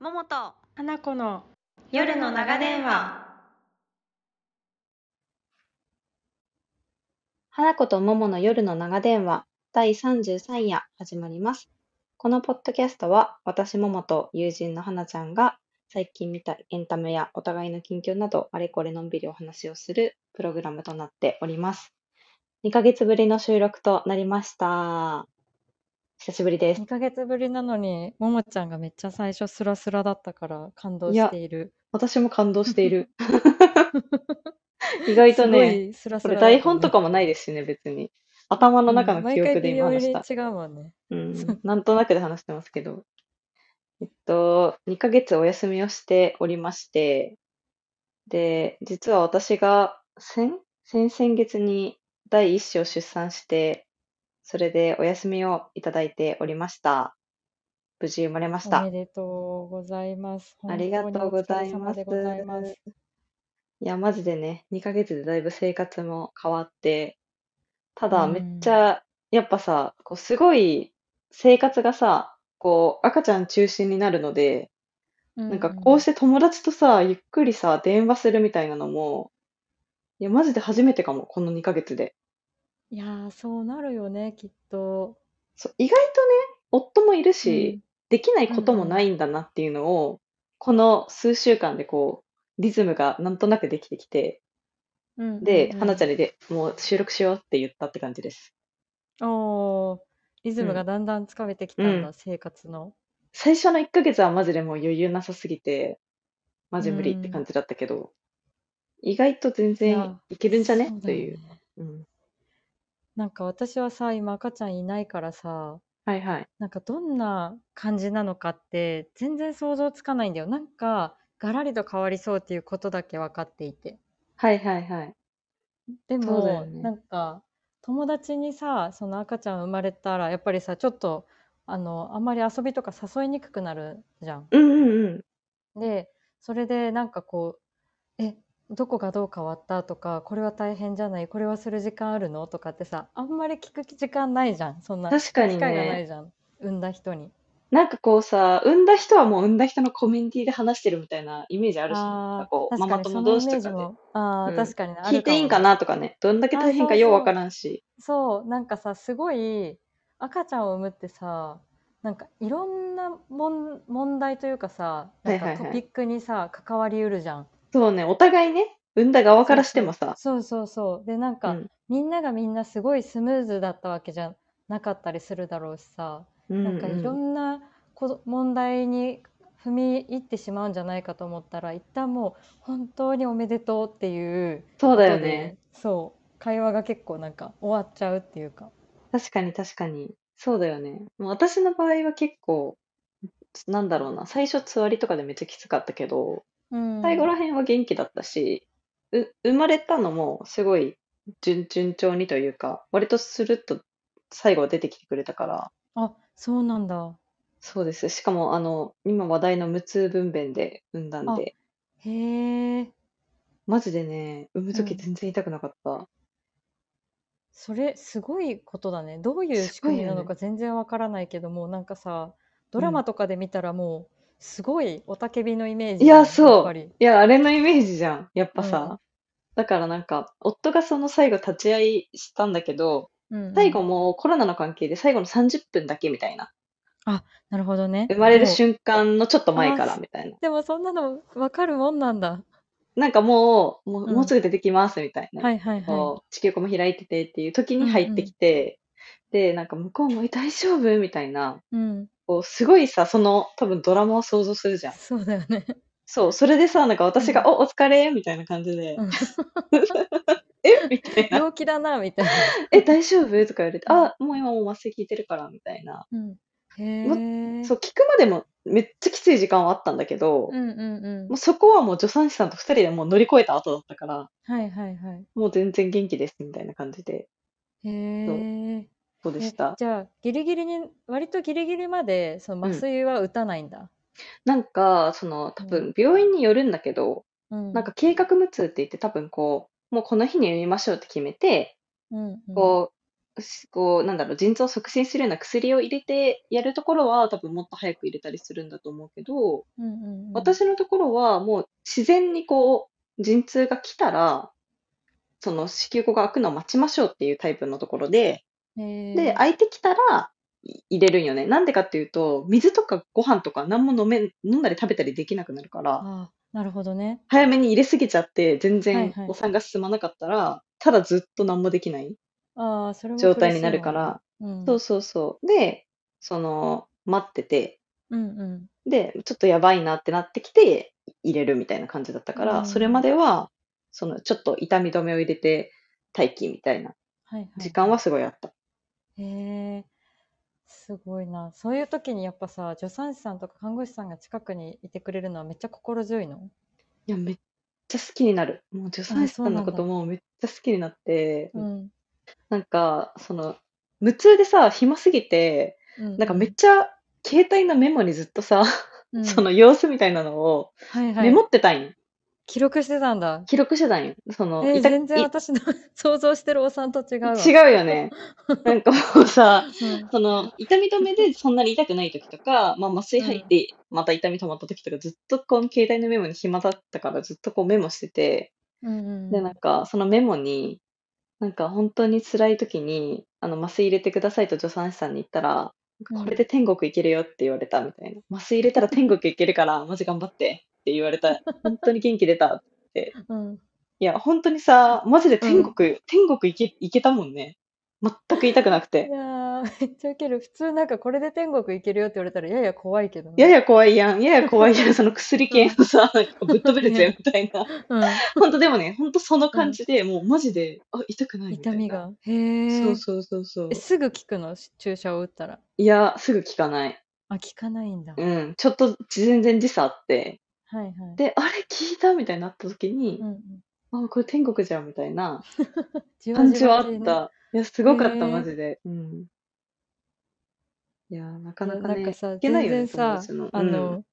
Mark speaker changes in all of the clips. Speaker 1: もと
Speaker 2: 花子の
Speaker 1: 夜の長電話
Speaker 3: 花子と桃の夜の長電話第33夜始まります。このポッドキャストは私桃と友人の花ちゃんが最近見たエンタメやお互いの近況などあれこれのんびりお話をするプログラムとなっております。2ヶ月ぶりの収録となりました。久しぶりです。
Speaker 2: 2ヶ月ぶりなのにももちゃんがめっちゃ最初スラスラだったから感動
Speaker 3: いや
Speaker 2: している
Speaker 3: 私も感動している。意外と
Speaker 2: す
Speaker 3: ね、
Speaker 2: ごいスラス
Speaker 3: こ
Speaker 2: ラ
Speaker 3: れ
Speaker 2: だったね
Speaker 3: 台本とかもないですしね、別に。頭の中
Speaker 2: うん
Speaker 3: の
Speaker 2: 毎
Speaker 3: 記
Speaker 2: 回
Speaker 3: 憶で今話した。
Speaker 2: 微妙に違うもんね
Speaker 3: うん、なんとなくで話してますけど。えっと、2ヶ月お休みをしておりまして、で、実は私が先、先々月に第1子を出産して、それでお休みをいただいておりました。無事生まれまし
Speaker 2: お
Speaker 3: た
Speaker 2: め。でとうございます
Speaker 3: ありがとうございます。
Speaker 2: 本当にお疲れ様でございます
Speaker 3: いや、マジでね、2ヶ月でだいぶ生活も変わって、ただ
Speaker 2: うん
Speaker 3: めっちゃ、やっぱさ、こうすごい生活がさ、こう赤ちゃん中心になるので、なんかこうして友達とさ、ゆっくりさ、電話するみたいなのも、いや、マジで初めてかも、この2ヶ月で。
Speaker 2: いやーそうなるよねきっと
Speaker 3: そう、意外とね、夫もいるし、できないことも
Speaker 2: うんうん
Speaker 3: ないんだなっていうのを、この数週間でこう、リズムがなんとなくできてきて、
Speaker 2: うんうん
Speaker 3: で、
Speaker 2: うん
Speaker 3: 花ちゃんにで、もう収録しようって言ったって感じです。
Speaker 2: おーリズムがだんだんつかめてきたんだ、
Speaker 3: う
Speaker 2: 生活の
Speaker 3: 最初の1ヶ月はマジでもう余裕なさすぎて、マジ無理って感じだったけど、意外と全
Speaker 2: いや
Speaker 3: 然いけるんじゃね
Speaker 2: そう
Speaker 3: と
Speaker 2: だよね
Speaker 3: いう。うん。
Speaker 2: なんか私はさ今赤ちゃんいないからさ
Speaker 3: はいはい。
Speaker 2: なんかどんな感じなのかって全然想像つかないんだよ。なんかガラリと変わりそうっていうことだけ分かっていて。
Speaker 3: はいはいはい。
Speaker 2: で
Speaker 3: そうだよ
Speaker 2: も、
Speaker 3: ね
Speaker 2: なんか友達にさその赤ちゃん生まれたらやっぱりさちょっとあのあんまり遊びとか誘いにくくなるじゃん。
Speaker 3: うんうんうん。
Speaker 2: でそれでなんかこう「えどこがどう変わった?」とか「これは大変じゃないこれはする時間あるの?」とかってさあんまり聞く時間ないじゃんそんな機
Speaker 3: 確かに
Speaker 2: 会がな
Speaker 3: ね
Speaker 2: い、じゃん産んだ人に。
Speaker 3: なんかこうさ、産んだ人はもう産んだ人のコミュニティで話してるみたいなイメージあるし、なんか
Speaker 2: あ
Speaker 3: こう、
Speaker 2: ー
Speaker 3: ママ
Speaker 2: 確かに
Speaker 3: 友同士と
Speaker 2: そ
Speaker 3: か
Speaker 2: のイメー
Speaker 3: で
Speaker 2: ジもあー、
Speaker 3: うん
Speaker 2: 確かにねあ
Speaker 3: 聞い
Speaker 2: る
Speaker 3: ていいんか
Speaker 2: も
Speaker 3: なとかね、どんだけ大変かようわからんし。
Speaker 2: そうなんかさすごい赤ちゃんを産むってさなんかいろんなもん問題というかさなん
Speaker 3: は
Speaker 2: か
Speaker 3: いはい
Speaker 2: ト
Speaker 3: はい
Speaker 2: ピックにさ、関わりうるじゃん
Speaker 3: そうね、お互いね、産んだ側からしてもさ、
Speaker 2: そうそうそうでなんか、
Speaker 3: うん
Speaker 2: みんながみんなすごいスムーズだったわけじゃなかったりするだろうしさ
Speaker 3: な
Speaker 2: なんかいろんなこ問題に踏み入ってしまうんじゃないかと思ったら一旦もう本当におめでとうっていう
Speaker 3: そうだよ
Speaker 2: ことで
Speaker 3: ね。
Speaker 2: そう会話が結構なんか終わっちゃうっていうか
Speaker 3: 確かに確かに。そうだよね。もう私の場合は結構、なんだろうな、最初つわりとかでめっちゃきつかったけど、最後ら辺は元気だったし、う生まれたのもすごい順順調にというか、割とスルッと最後は出てきてくれたから、
Speaker 2: あそうなんだ
Speaker 3: そうです。しかも、あの、今話題の無痛分娩で産んだんで、
Speaker 2: へえ
Speaker 3: マジでね、産むとき
Speaker 2: うん
Speaker 3: 全然痛くなかった。
Speaker 2: それすごいことだねどういう仕
Speaker 3: すごいよね
Speaker 2: 組みなのか全然わからないけどもうなんかさドラマとかで見たらもうすごい雄たけびのイメージ
Speaker 3: いや
Speaker 2: だね
Speaker 3: そう
Speaker 2: やっぱり
Speaker 3: いや、あれのイメージじゃん。やっぱ
Speaker 2: う
Speaker 3: さ。だからなんか、夫がその最後立ち会いしたんだけど、
Speaker 2: うんうん
Speaker 3: 最後もコロナの関係で最後の30分だけみたいな。
Speaker 2: なるほどね
Speaker 3: 生まれる
Speaker 2: もう
Speaker 3: 瞬間のちょっと前か
Speaker 2: あ
Speaker 3: ら
Speaker 2: ー
Speaker 3: みたいな。
Speaker 2: でもそんなのわかるもんなんだ
Speaker 3: なんかもう、もう
Speaker 2: うん
Speaker 3: もうすぐ出てきますみたいな。
Speaker 2: はいはいは
Speaker 3: こう地球も開いててっていう時
Speaker 2: うんう
Speaker 3: に
Speaker 2: ん
Speaker 3: 入ってきて、で、なんか向こうもえ大丈夫みたいな。
Speaker 2: いうん
Speaker 3: こうすごいさ、その多分ドラマを想像するじゃん。
Speaker 2: そうだよね
Speaker 3: そう、それでさ、なんか私が、
Speaker 2: うん
Speaker 3: お、お疲れみたいな感じで、
Speaker 2: うん
Speaker 3: え みたいな。
Speaker 2: 病気だなみたい
Speaker 3: え、大丈夫とか言われて、
Speaker 2: うん
Speaker 3: あ、もう今もう麻酔効いてるから、みたいな。
Speaker 2: な、うん、へえ
Speaker 3: そう、聞くまでもめっちゃきつい時間はあったんだけど、
Speaker 2: うんうんうん
Speaker 3: もうそこはもう助産師さんと2人でもう乗り越えた後だったから、
Speaker 2: はいはいはい
Speaker 3: もう全然元気ですみたいな感じで、
Speaker 2: へえ
Speaker 3: そうで
Speaker 2: え
Speaker 3: した。
Speaker 2: じゃあギリギリに割とギリギリまでその麻酔は打たないんだ、
Speaker 3: なんか、その、多
Speaker 2: う
Speaker 3: 分病院によるんだけど、
Speaker 2: うん、
Speaker 3: なんか計画無痛って言って多分こう、もうこの日に産みましょうって決めて、
Speaker 2: うんうん、
Speaker 3: こしこう、なんだろう、腎臓を促進するような薬を入れてやるところは、多分もっと早く入れたりするんだと思うけど、
Speaker 2: うんうんうん、
Speaker 3: 私のところはもう自然にこう、陣痛が来たら、その子宮口が開くのを待ちましょうっていうタイプのところで、で、
Speaker 2: で
Speaker 3: 開いてきたらい入れるんよね。なんでかっていうと、水とかご飯とか何も飲め、飲んだり食べたりできなくなるから、
Speaker 2: あなるほどね。
Speaker 3: 早めに入れすぎちゃって、全
Speaker 2: はい
Speaker 3: 然
Speaker 2: はい
Speaker 3: お産が進まなかったら、ただずっと何もできない
Speaker 2: ああ、それも
Speaker 3: 状態になるから、
Speaker 2: 苦しいわね。、
Speaker 3: そううんそうそう。で、その、待ってて、
Speaker 2: うんうん。
Speaker 3: で、ちょっとやばいなってなってきて、入れるみたいな感じだったから、
Speaker 2: うん
Speaker 3: それまでは、その、ちょっと痛み止めを入れて、待機みたいな
Speaker 2: はいはい。
Speaker 3: 時間はすごいあった。
Speaker 2: へえ、すごいな。そういう時にやっぱさ、助産師さんとか看護師さんが近くにいてくれるのはめっちゃ心強いの
Speaker 3: いや、めっちゃ好きになる。もう助産師さんのこともめっちゃ好きになって、
Speaker 2: うん。
Speaker 3: なんか、その、無痛でさ、暇すぎて、
Speaker 2: うん
Speaker 3: なんかめっちゃ、携帯のメモにずっとさ、
Speaker 2: うん、
Speaker 3: その様子みたいなのを
Speaker 2: はいはい、
Speaker 3: メモってたんよ。
Speaker 2: 記録してたんだ。
Speaker 3: 記録してたんよ。その、
Speaker 2: えー
Speaker 3: 痛
Speaker 2: 全然
Speaker 3: い
Speaker 2: 私の 想像してるお産と違うわ。
Speaker 3: 違うよね。なんかもうさ、
Speaker 2: うん。
Speaker 3: その痛み止めでそんなに痛くない時と か、まあ、麻酔入ってまた痛み止まった時とか、ずっとこの携帯のメモに暇だったからずっとこうメモしてて、
Speaker 2: うんうんうん
Speaker 3: で、なんかそのメモに、なんか本当に辛い時に、あの麻酔入れてくださいと助産師さんに言ったら、
Speaker 2: うん
Speaker 3: これで天国行けるよって言われたみたいな。麻酔入れたら天国行けるから、マジ頑張ってって言われた。本当に元気出た。
Speaker 2: うん
Speaker 3: いや、本当にさ、マジで天国、天国行け行けたもんね。全く痛くなくて
Speaker 2: い。やー、 めっちゃウケる。普通なんかこれで天国行けるよって言われたらやや怖いけどね。
Speaker 3: やや怖いやん、やや怖いや ん、その薬系のさ、なんかぶっ飛べるぜ
Speaker 2: ね
Speaker 3: みたいな。
Speaker 2: う、
Speaker 3: ほんとでもね、ほんとその感じで、もうマジで、あ、痛くなんいみた
Speaker 2: 痛
Speaker 3: いな。
Speaker 2: みが。へえ。
Speaker 3: そうそうそうそう
Speaker 2: え。すぐ効くのし注射を打ったら。
Speaker 3: いや、すぐ効かない。
Speaker 2: あ、効かないんだ。
Speaker 3: う
Speaker 2: はい
Speaker 3: ん。ちょっと全然時差あって。
Speaker 2: はい。
Speaker 3: で、あれ聞いたみたいになった時に
Speaker 2: うん、うん、
Speaker 3: あ、これ天国じゃんみたいな
Speaker 2: じわ
Speaker 3: 感じ
Speaker 2: じ
Speaker 3: はあ
Speaker 2: わ
Speaker 3: っ
Speaker 2: 系ね。
Speaker 3: た。いや、すごかっ
Speaker 2: へ
Speaker 3: た、
Speaker 2: ー
Speaker 3: マジで。うん。いや、なかなか
Speaker 2: いやなん
Speaker 3: ね
Speaker 2: か、さ、
Speaker 3: いけない
Speaker 2: 全
Speaker 3: よね、
Speaker 2: 然さ、
Speaker 3: 友達
Speaker 2: あ
Speaker 3: の。
Speaker 2: の、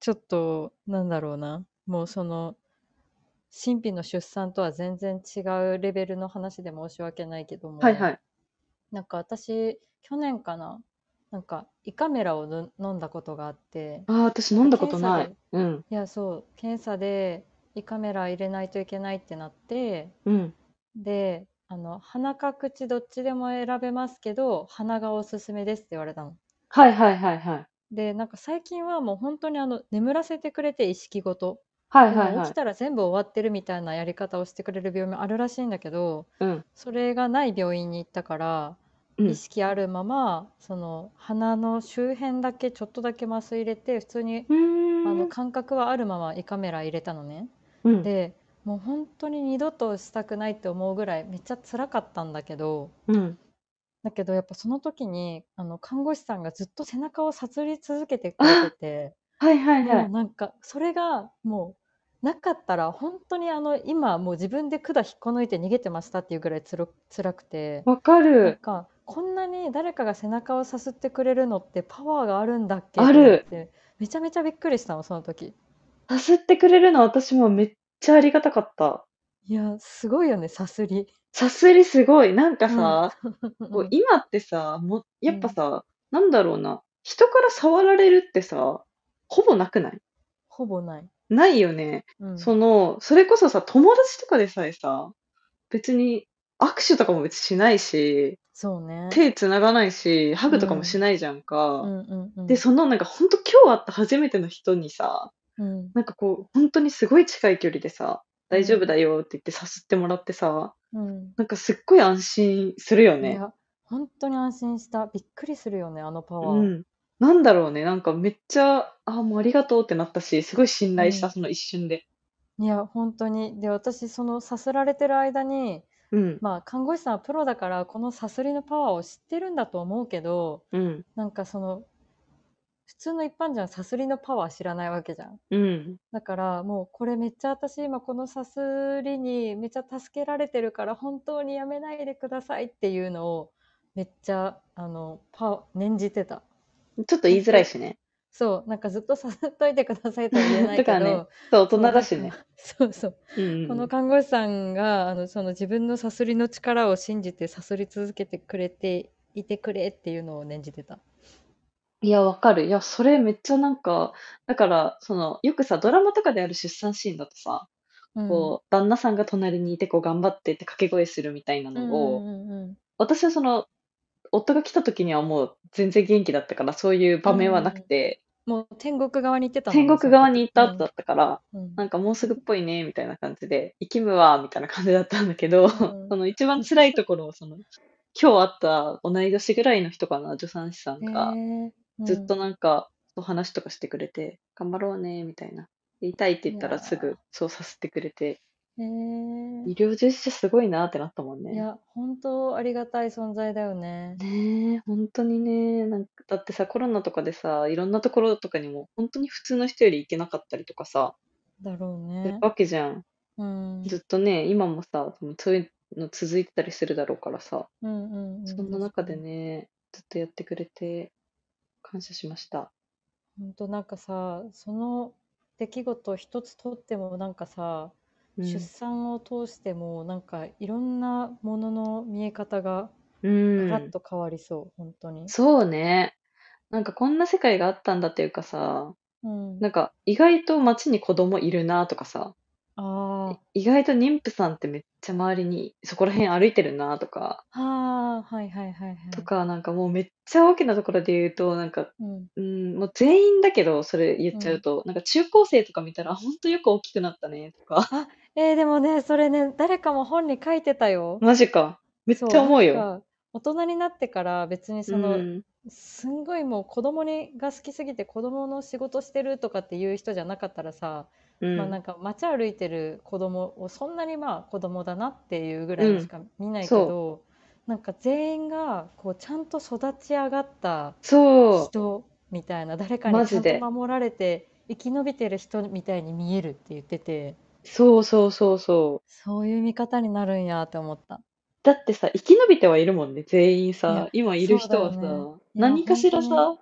Speaker 2: ちょっと、なんだろうな、もうその、神秘の出産とは全然違うレベルの話で申し訳ないけど
Speaker 3: う
Speaker 2: も、
Speaker 3: ん。はいはい。
Speaker 2: なんか私、去年かな、なんか胃カメラをの飲んだことがあって、
Speaker 3: ああ、私飲んだことな
Speaker 2: 検査
Speaker 3: い。うん。
Speaker 2: いや、そう、検査で胃カメラ入れないといけないってなって、
Speaker 3: うん。
Speaker 2: で、あの、鼻か口どっちでも選べますけど、鼻がおすすめですって言われたの。
Speaker 3: はいはいはいはい。
Speaker 2: で、なんか最近はもう本当にあの、眠らせてくれて意識ごと。
Speaker 3: はい
Speaker 2: で
Speaker 3: はい
Speaker 2: も
Speaker 3: は
Speaker 2: 起
Speaker 3: い
Speaker 2: き。たら全部終わってるみたいなやり方をしてくれる病院もあるらしいんだけど、
Speaker 3: うん。
Speaker 2: それがない病院に行ったから、
Speaker 3: うん
Speaker 2: 意識あるまま、その鼻の周辺だけちょっとだけ麻酔入れて、普通に
Speaker 3: うー
Speaker 2: あの
Speaker 3: ん。
Speaker 2: 感覚はあるまま胃カメラ入れたのね。
Speaker 3: うん
Speaker 2: で、もう本当に二度としたくないって思うぐらいめっちゃ辛かったんだけど、
Speaker 3: うん。
Speaker 2: だけどやっぱその時にあの看護師さんがずっと背中をさすり続けてくれてて。
Speaker 3: はいはいは
Speaker 2: もう
Speaker 3: い。
Speaker 2: なんかそれがもうなかったら本当にあの今もう自分で管引っこ抜いて逃げてましたっていうぐらいつろ辛くて
Speaker 3: わか
Speaker 2: なん
Speaker 3: る。
Speaker 2: かこんなに誰かが背中をさすってくれるのってパワーがあるんだっけ
Speaker 3: ある
Speaker 2: って思ってめちゃめちゃびっくりしたのその時
Speaker 3: さすってくれるの私もめっちゃありがたかった。
Speaker 2: いやすごいよねさすり
Speaker 3: さすりすごい。なんかさ、こ
Speaker 2: う
Speaker 3: うん今ってさ、もやっぱさ、なんだろうな。人から触られるってさ、ほぼなくない
Speaker 2: ほぼない、
Speaker 3: ないよね。
Speaker 2: うん、
Speaker 3: その、それこそさ、友達とかでさえさ、別に握手とかも別にしないし、
Speaker 2: そうね
Speaker 3: 手つながないし、ハグとかもしないじゃんか。
Speaker 2: うんうんうん
Speaker 3: で、そのなんかほんと今日会った初めての人にさ、
Speaker 2: うん
Speaker 3: なんかこう、本当にすごい近い距離でさ、大丈夫だよって言ってさすってもらってさ、
Speaker 2: うん
Speaker 3: なんかすっごい安心するよ
Speaker 2: い
Speaker 3: ね。
Speaker 2: や本当に安心したびっくりするよねあのパワ
Speaker 3: う
Speaker 2: ー、
Speaker 3: ん。なんだろうね、なんかめっちゃ、あ、もうありがとうってなったし、すごい信頼した、
Speaker 2: うん
Speaker 3: その一瞬で。
Speaker 2: いや本当にで私そのさすられてる間に
Speaker 3: うん。
Speaker 2: まあ看護師さんはプロだからこのさすりのパワーを知ってるんだと思うけど
Speaker 3: うん。
Speaker 2: なんかその普通の一般人はさすりのパワー知らないわけじゃん
Speaker 3: うん。
Speaker 2: だからもうこれめっちゃ私今このさすりにめっちゃ助けられてるから本当にやめないでくださいっていうのをめっちゃあのパ念じてた
Speaker 3: ちょっと言いづらいしね。
Speaker 2: そう、なんかずっと誘っといてくださいとは言えないけ
Speaker 3: とかね
Speaker 2: ど、
Speaker 3: そう、大人だしね。
Speaker 2: そうそう。
Speaker 3: うんうん
Speaker 2: この看護師さんが、あの、その自分のさすりの力を信じてさすり続けてくれていてくれっていうのを念じてた。
Speaker 3: いや、わかる。いや、それめっちゃなんか、だから、その、よくさ、ドラマとかである出産シーンだとさ、
Speaker 2: うん。
Speaker 3: こう、旦那さんが隣にいて、こう、頑張ってって掛け声するみたいな
Speaker 2: う
Speaker 3: の
Speaker 2: ん
Speaker 3: を、
Speaker 2: うんうんうん。
Speaker 3: 私はその、夫が来た時にはもう全然元気だったから、そういう場面はなくて、
Speaker 2: もう天国側に行ってたの
Speaker 3: 天国側に行った後だ
Speaker 2: と
Speaker 3: ったから、なんかもうすぐっぽいね、みたいな感じで、生きむわ、みたいな感じだったんだけど、
Speaker 2: ん
Speaker 3: その一番辛いところを、その、今日会った同い年ぐらいの人かな、助産師さんが、ずっとなんか、お話とかしてくれて、頑張ろうね、みたいな。で痛いって言ったら
Speaker 2: いやー
Speaker 3: すぐそうさせてくれて、
Speaker 2: え
Speaker 3: 医療従事者すごいなってなったもん
Speaker 2: い
Speaker 3: ね。
Speaker 2: や、本当ありがたい存在だよね。
Speaker 3: ねえ、本当にね、なんか、だってさ、コロナとかでさ、いろんなところとかにも、本当に普通の人より行けなかったりとかさ、
Speaker 2: だろう
Speaker 3: する
Speaker 2: ね。
Speaker 3: わけじゃん。
Speaker 2: うん。
Speaker 3: ずっとね、今もさ、そのそういうの続いてたりするだろうからさ、
Speaker 2: うんうんうん。
Speaker 3: そんな中で
Speaker 2: 確かに。
Speaker 3: ね、ずっとやってくれて、感謝しました。
Speaker 2: 本当なんかさ、その出来事一つとってもなんかさ、
Speaker 3: う
Speaker 2: 出
Speaker 3: ん。
Speaker 2: 産を通してもなんかいろんなものの見え方が
Speaker 3: う
Speaker 2: ガラッ
Speaker 3: ん。
Speaker 2: と変わりそう、本当に。
Speaker 3: そうね。なんかこんな世界があったんだっていうかさ、
Speaker 2: うん。
Speaker 3: なんか意外と街に子供いるなとかさ、
Speaker 2: あ
Speaker 3: 意外と妊婦さんってめっちゃ周りにそこら辺歩いてるなとか、
Speaker 2: あ、はあ、はいはいはいは
Speaker 3: と
Speaker 2: い。
Speaker 3: かなんかもうめっちゃ大きなところで言うと、なんか、
Speaker 2: うん
Speaker 3: うん、もう全員だけどそれ言っ
Speaker 2: う。
Speaker 3: ちゃうんと、なんか中高生とか見たらほんとよく大きくなったねとか、
Speaker 2: あ、えーでもね、それね、誰かも本に書いてたよ。
Speaker 3: マジか。めっち
Speaker 2: そ
Speaker 3: ゃ
Speaker 2: う、な
Speaker 3: 思うんよ。
Speaker 2: か、大人になってから別に
Speaker 3: う
Speaker 2: その、
Speaker 3: ん。
Speaker 2: すんごいもう子供にが好きすぎて子供の仕事してるとかっていう人じゃなかったらさ、
Speaker 3: う。
Speaker 2: まあなんんか街歩いてる子供をそんなにまあ子供だなっていうぐら
Speaker 3: う
Speaker 2: いにし
Speaker 3: ん。
Speaker 2: か見ないけ
Speaker 3: そ
Speaker 2: ど、なんか全員がこうちゃんと育ち上がった
Speaker 3: う。そ
Speaker 2: 人みたいな、誰
Speaker 3: う。
Speaker 2: かに
Speaker 3: マ
Speaker 2: ち
Speaker 3: ジ
Speaker 2: ゃんと
Speaker 3: で。
Speaker 2: 守られて生き延びてる人みたいに見えるって言ってて、
Speaker 3: そうそうそうそう。
Speaker 2: そういう見方になるんやって思った。
Speaker 3: だってさ、生き延びてはいるもんね、全員
Speaker 2: い
Speaker 3: さ。
Speaker 2: や、
Speaker 3: 今いる
Speaker 2: そうだ
Speaker 3: 人
Speaker 2: よ
Speaker 3: は
Speaker 2: ね。
Speaker 3: さ、
Speaker 2: いや、
Speaker 3: 何か
Speaker 2: 本
Speaker 3: し
Speaker 2: 当
Speaker 3: ら
Speaker 2: に。
Speaker 3: さ、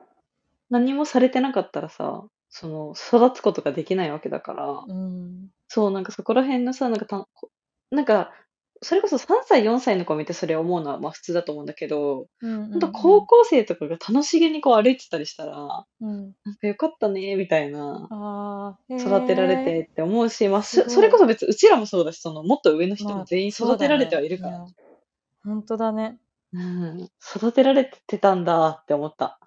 Speaker 3: 何もされてなかったらさ、その、育つことができないわけだから、
Speaker 2: うん。
Speaker 3: そう、なんかそこら辺のさ、なんかた、こなんか、それこそ3歳、4歳の子見てそれ思うのはまあ普通だと思うんだけど、
Speaker 2: うん
Speaker 3: ほんと
Speaker 2: う
Speaker 3: 高
Speaker 2: ん
Speaker 3: 校生とかが楽しげにこう歩いてたりしたら、
Speaker 2: うん。
Speaker 3: なんかよかったね、みたいな、
Speaker 2: うん。ああ、へ
Speaker 3: 育てられ
Speaker 2: え、
Speaker 3: てって思うし、まあ、
Speaker 2: す
Speaker 3: そそれ
Speaker 2: ご
Speaker 3: こそ
Speaker 2: い。
Speaker 3: 別にうちらもそうだし、その、もっと上の人
Speaker 2: ま
Speaker 3: も
Speaker 2: あ、
Speaker 3: 全員
Speaker 2: そ
Speaker 3: 育
Speaker 2: う
Speaker 3: て
Speaker 2: だ
Speaker 3: られては
Speaker 2: ね。
Speaker 3: いる
Speaker 2: い
Speaker 3: から
Speaker 2: や、本当 だね。
Speaker 3: うん、育てられてたんだって思った。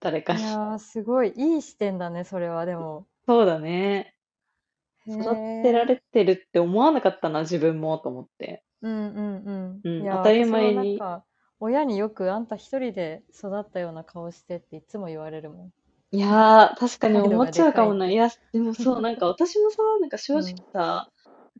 Speaker 3: 誰か
Speaker 2: い
Speaker 3: に。
Speaker 2: やー、すごい。いい視点だね、それは、でも。
Speaker 3: そうだね。
Speaker 2: へ
Speaker 3: 育てられ
Speaker 2: え。
Speaker 3: てるって思わなかったな、自分も、と思って。
Speaker 2: うんうんうん。
Speaker 3: うん、
Speaker 2: い
Speaker 3: 当
Speaker 2: や、
Speaker 3: たり
Speaker 2: 私は
Speaker 3: 前
Speaker 2: なん
Speaker 3: に。
Speaker 2: か、親によくあんた一人で育ったような顔してっていつも言われるもん。
Speaker 3: いやー、確かに
Speaker 2: 態度
Speaker 3: 思っ
Speaker 2: が
Speaker 3: ち
Speaker 2: で
Speaker 3: ゃうか
Speaker 2: かい
Speaker 3: も
Speaker 2: っ
Speaker 3: な。い
Speaker 2: て。
Speaker 3: や、でも そう、なんか私もさ、なんか正
Speaker 2: う
Speaker 3: 直
Speaker 2: ん。
Speaker 3: さ、なん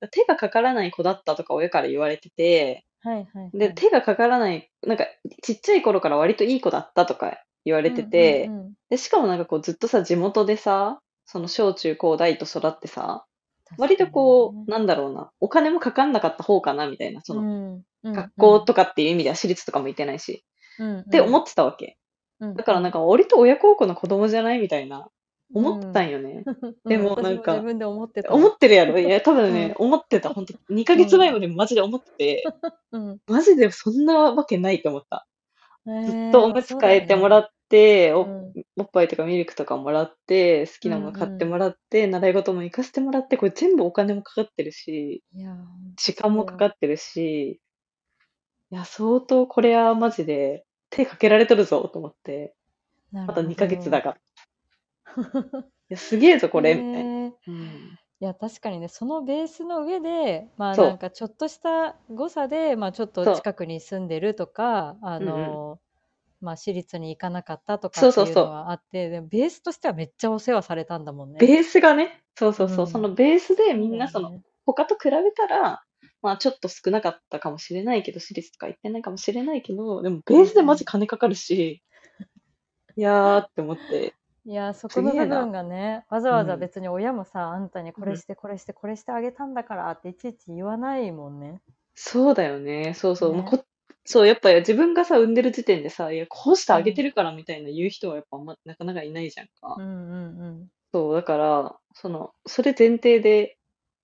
Speaker 3: か手がかからない子だったとか親から言われてて、
Speaker 2: はいはい
Speaker 3: で、
Speaker 2: はい。
Speaker 3: 手がかからない、なんかちっちゃい頃から割といい子だったとか言われ
Speaker 2: う
Speaker 3: て
Speaker 2: んうんう
Speaker 3: て、
Speaker 2: ん。
Speaker 3: で、しかもなんかこうずっとさ、地元でさ、その小中高大と育ってさ、
Speaker 2: 確
Speaker 3: 割
Speaker 2: か
Speaker 3: と
Speaker 2: にね。
Speaker 3: こう、なんだろうな、お金もかかんなかった方かな、みたいな、そうの、
Speaker 2: んう
Speaker 3: 学
Speaker 2: んう
Speaker 3: 校
Speaker 2: ん。
Speaker 3: とかっていう意味では私立とかも行ってないし、
Speaker 2: うん
Speaker 3: って
Speaker 2: う
Speaker 3: 思
Speaker 2: ん。
Speaker 3: ってたわけ。
Speaker 2: うん
Speaker 3: だか
Speaker 2: う
Speaker 3: らなん
Speaker 2: ん。
Speaker 3: か、俺と親孝行の子供じゃないみたいな、
Speaker 2: う
Speaker 3: 思ってた
Speaker 2: ん。
Speaker 3: んよね。
Speaker 2: う
Speaker 3: で
Speaker 2: ん、
Speaker 3: もな
Speaker 2: 私
Speaker 3: ん
Speaker 2: も自
Speaker 3: か、
Speaker 2: 分で思ってた
Speaker 3: 思
Speaker 2: も
Speaker 3: ってるやろい や、多分
Speaker 2: ん。
Speaker 3: ね、思ってた。ほんと、2
Speaker 2: う
Speaker 3: ヶ月前
Speaker 2: ん、
Speaker 3: までマジで思ってて、
Speaker 2: うん、
Speaker 3: マジでそんなわけないと思った。
Speaker 2: うん。
Speaker 3: ずっ
Speaker 2: ええ
Speaker 3: とお
Speaker 2: まあ
Speaker 3: むつ
Speaker 2: そう
Speaker 3: 替
Speaker 2: だ
Speaker 3: え
Speaker 2: よ
Speaker 3: てもら
Speaker 2: ね。
Speaker 3: って、
Speaker 2: う
Speaker 3: お、
Speaker 2: ん、
Speaker 3: おっぱいとかミルクとかもらって、好
Speaker 2: う
Speaker 3: きなもの買って
Speaker 2: ん、
Speaker 3: もらって、習い事も行かせてもらって、これ全部お金もかかってるし、
Speaker 2: うん。いやー、ほんと
Speaker 3: 時間
Speaker 2: そ
Speaker 3: も
Speaker 2: う
Speaker 3: かか
Speaker 2: よ。
Speaker 3: ってるし、いや、相当これはマジで手かけられとるぞと思って、
Speaker 2: な
Speaker 3: ま
Speaker 2: る
Speaker 3: だ
Speaker 2: ほ
Speaker 3: 2ヶ月だ
Speaker 2: ど。
Speaker 3: が、 いや、すげえぞこれ、
Speaker 2: へ
Speaker 3: みたいな。
Speaker 2: え。
Speaker 3: うん。
Speaker 2: いや、確かにね、そのベースの上で、まあなん
Speaker 3: そ
Speaker 2: かちょっとした誤差で、まあちょっ
Speaker 3: う、
Speaker 2: と
Speaker 3: そう、
Speaker 2: 近くに住んでるとか、あ
Speaker 3: うんうん。
Speaker 2: のまあ私立に行かなかったとか
Speaker 3: そう
Speaker 2: って
Speaker 3: そう
Speaker 2: いう
Speaker 3: そ
Speaker 2: の
Speaker 3: う。
Speaker 2: はあって、でもベースとしてはめっちゃお世話されたんだもんね。
Speaker 3: ベースがね、そうそううそう、そ
Speaker 2: ん。
Speaker 3: のベースで
Speaker 2: そ
Speaker 3: み
Speaker 2: うんだ
Speaker 3: な
Speaker 2: よ
Speaker 3: その、
Speaker 2: ね。
Speaker 3: 他と比べたら、まあちょっと少なかったかもしれないけど、私立とか行ってないかもしれないけど、でも
Speaker 2: う
Speaker 3: ベースでマ
Speaker 2: んう
Speaker 3: ジ
Speaker 2: ん。
Speaker 3: 金かかるし、いやーって思って、
Speaker 2: いやー、そ
Speaker 3: す
Speaker 2: この
Speaker 3: げえ
Speaker 2: 部
Speaker 3: な。
Speaker 2: 分がね、わざ
Speaker 3: う
Speaker 2: わざ
Speaker 3: ん。
Speaker 2: 別に親もさ、あんたに
Speaker 3: う
Speaker 2: これ
Speaker 3: ん。
Speaker 2: してこれしてこれしてあげたんだからっていちいち言わないもんね。
Speaker 3: そうだよね。そうそう。まあ、
Speaker 2: ね。
Speaker 3: そう、やっぱ自分がさ、産んでる時点でさ、いや、こうしてあげてるからみたいな言う人はやっぱあんまなかなかいないじゃんか。
Speaker 2: うんうんうん。
Speaker 3: そう、だから、その、それ前提で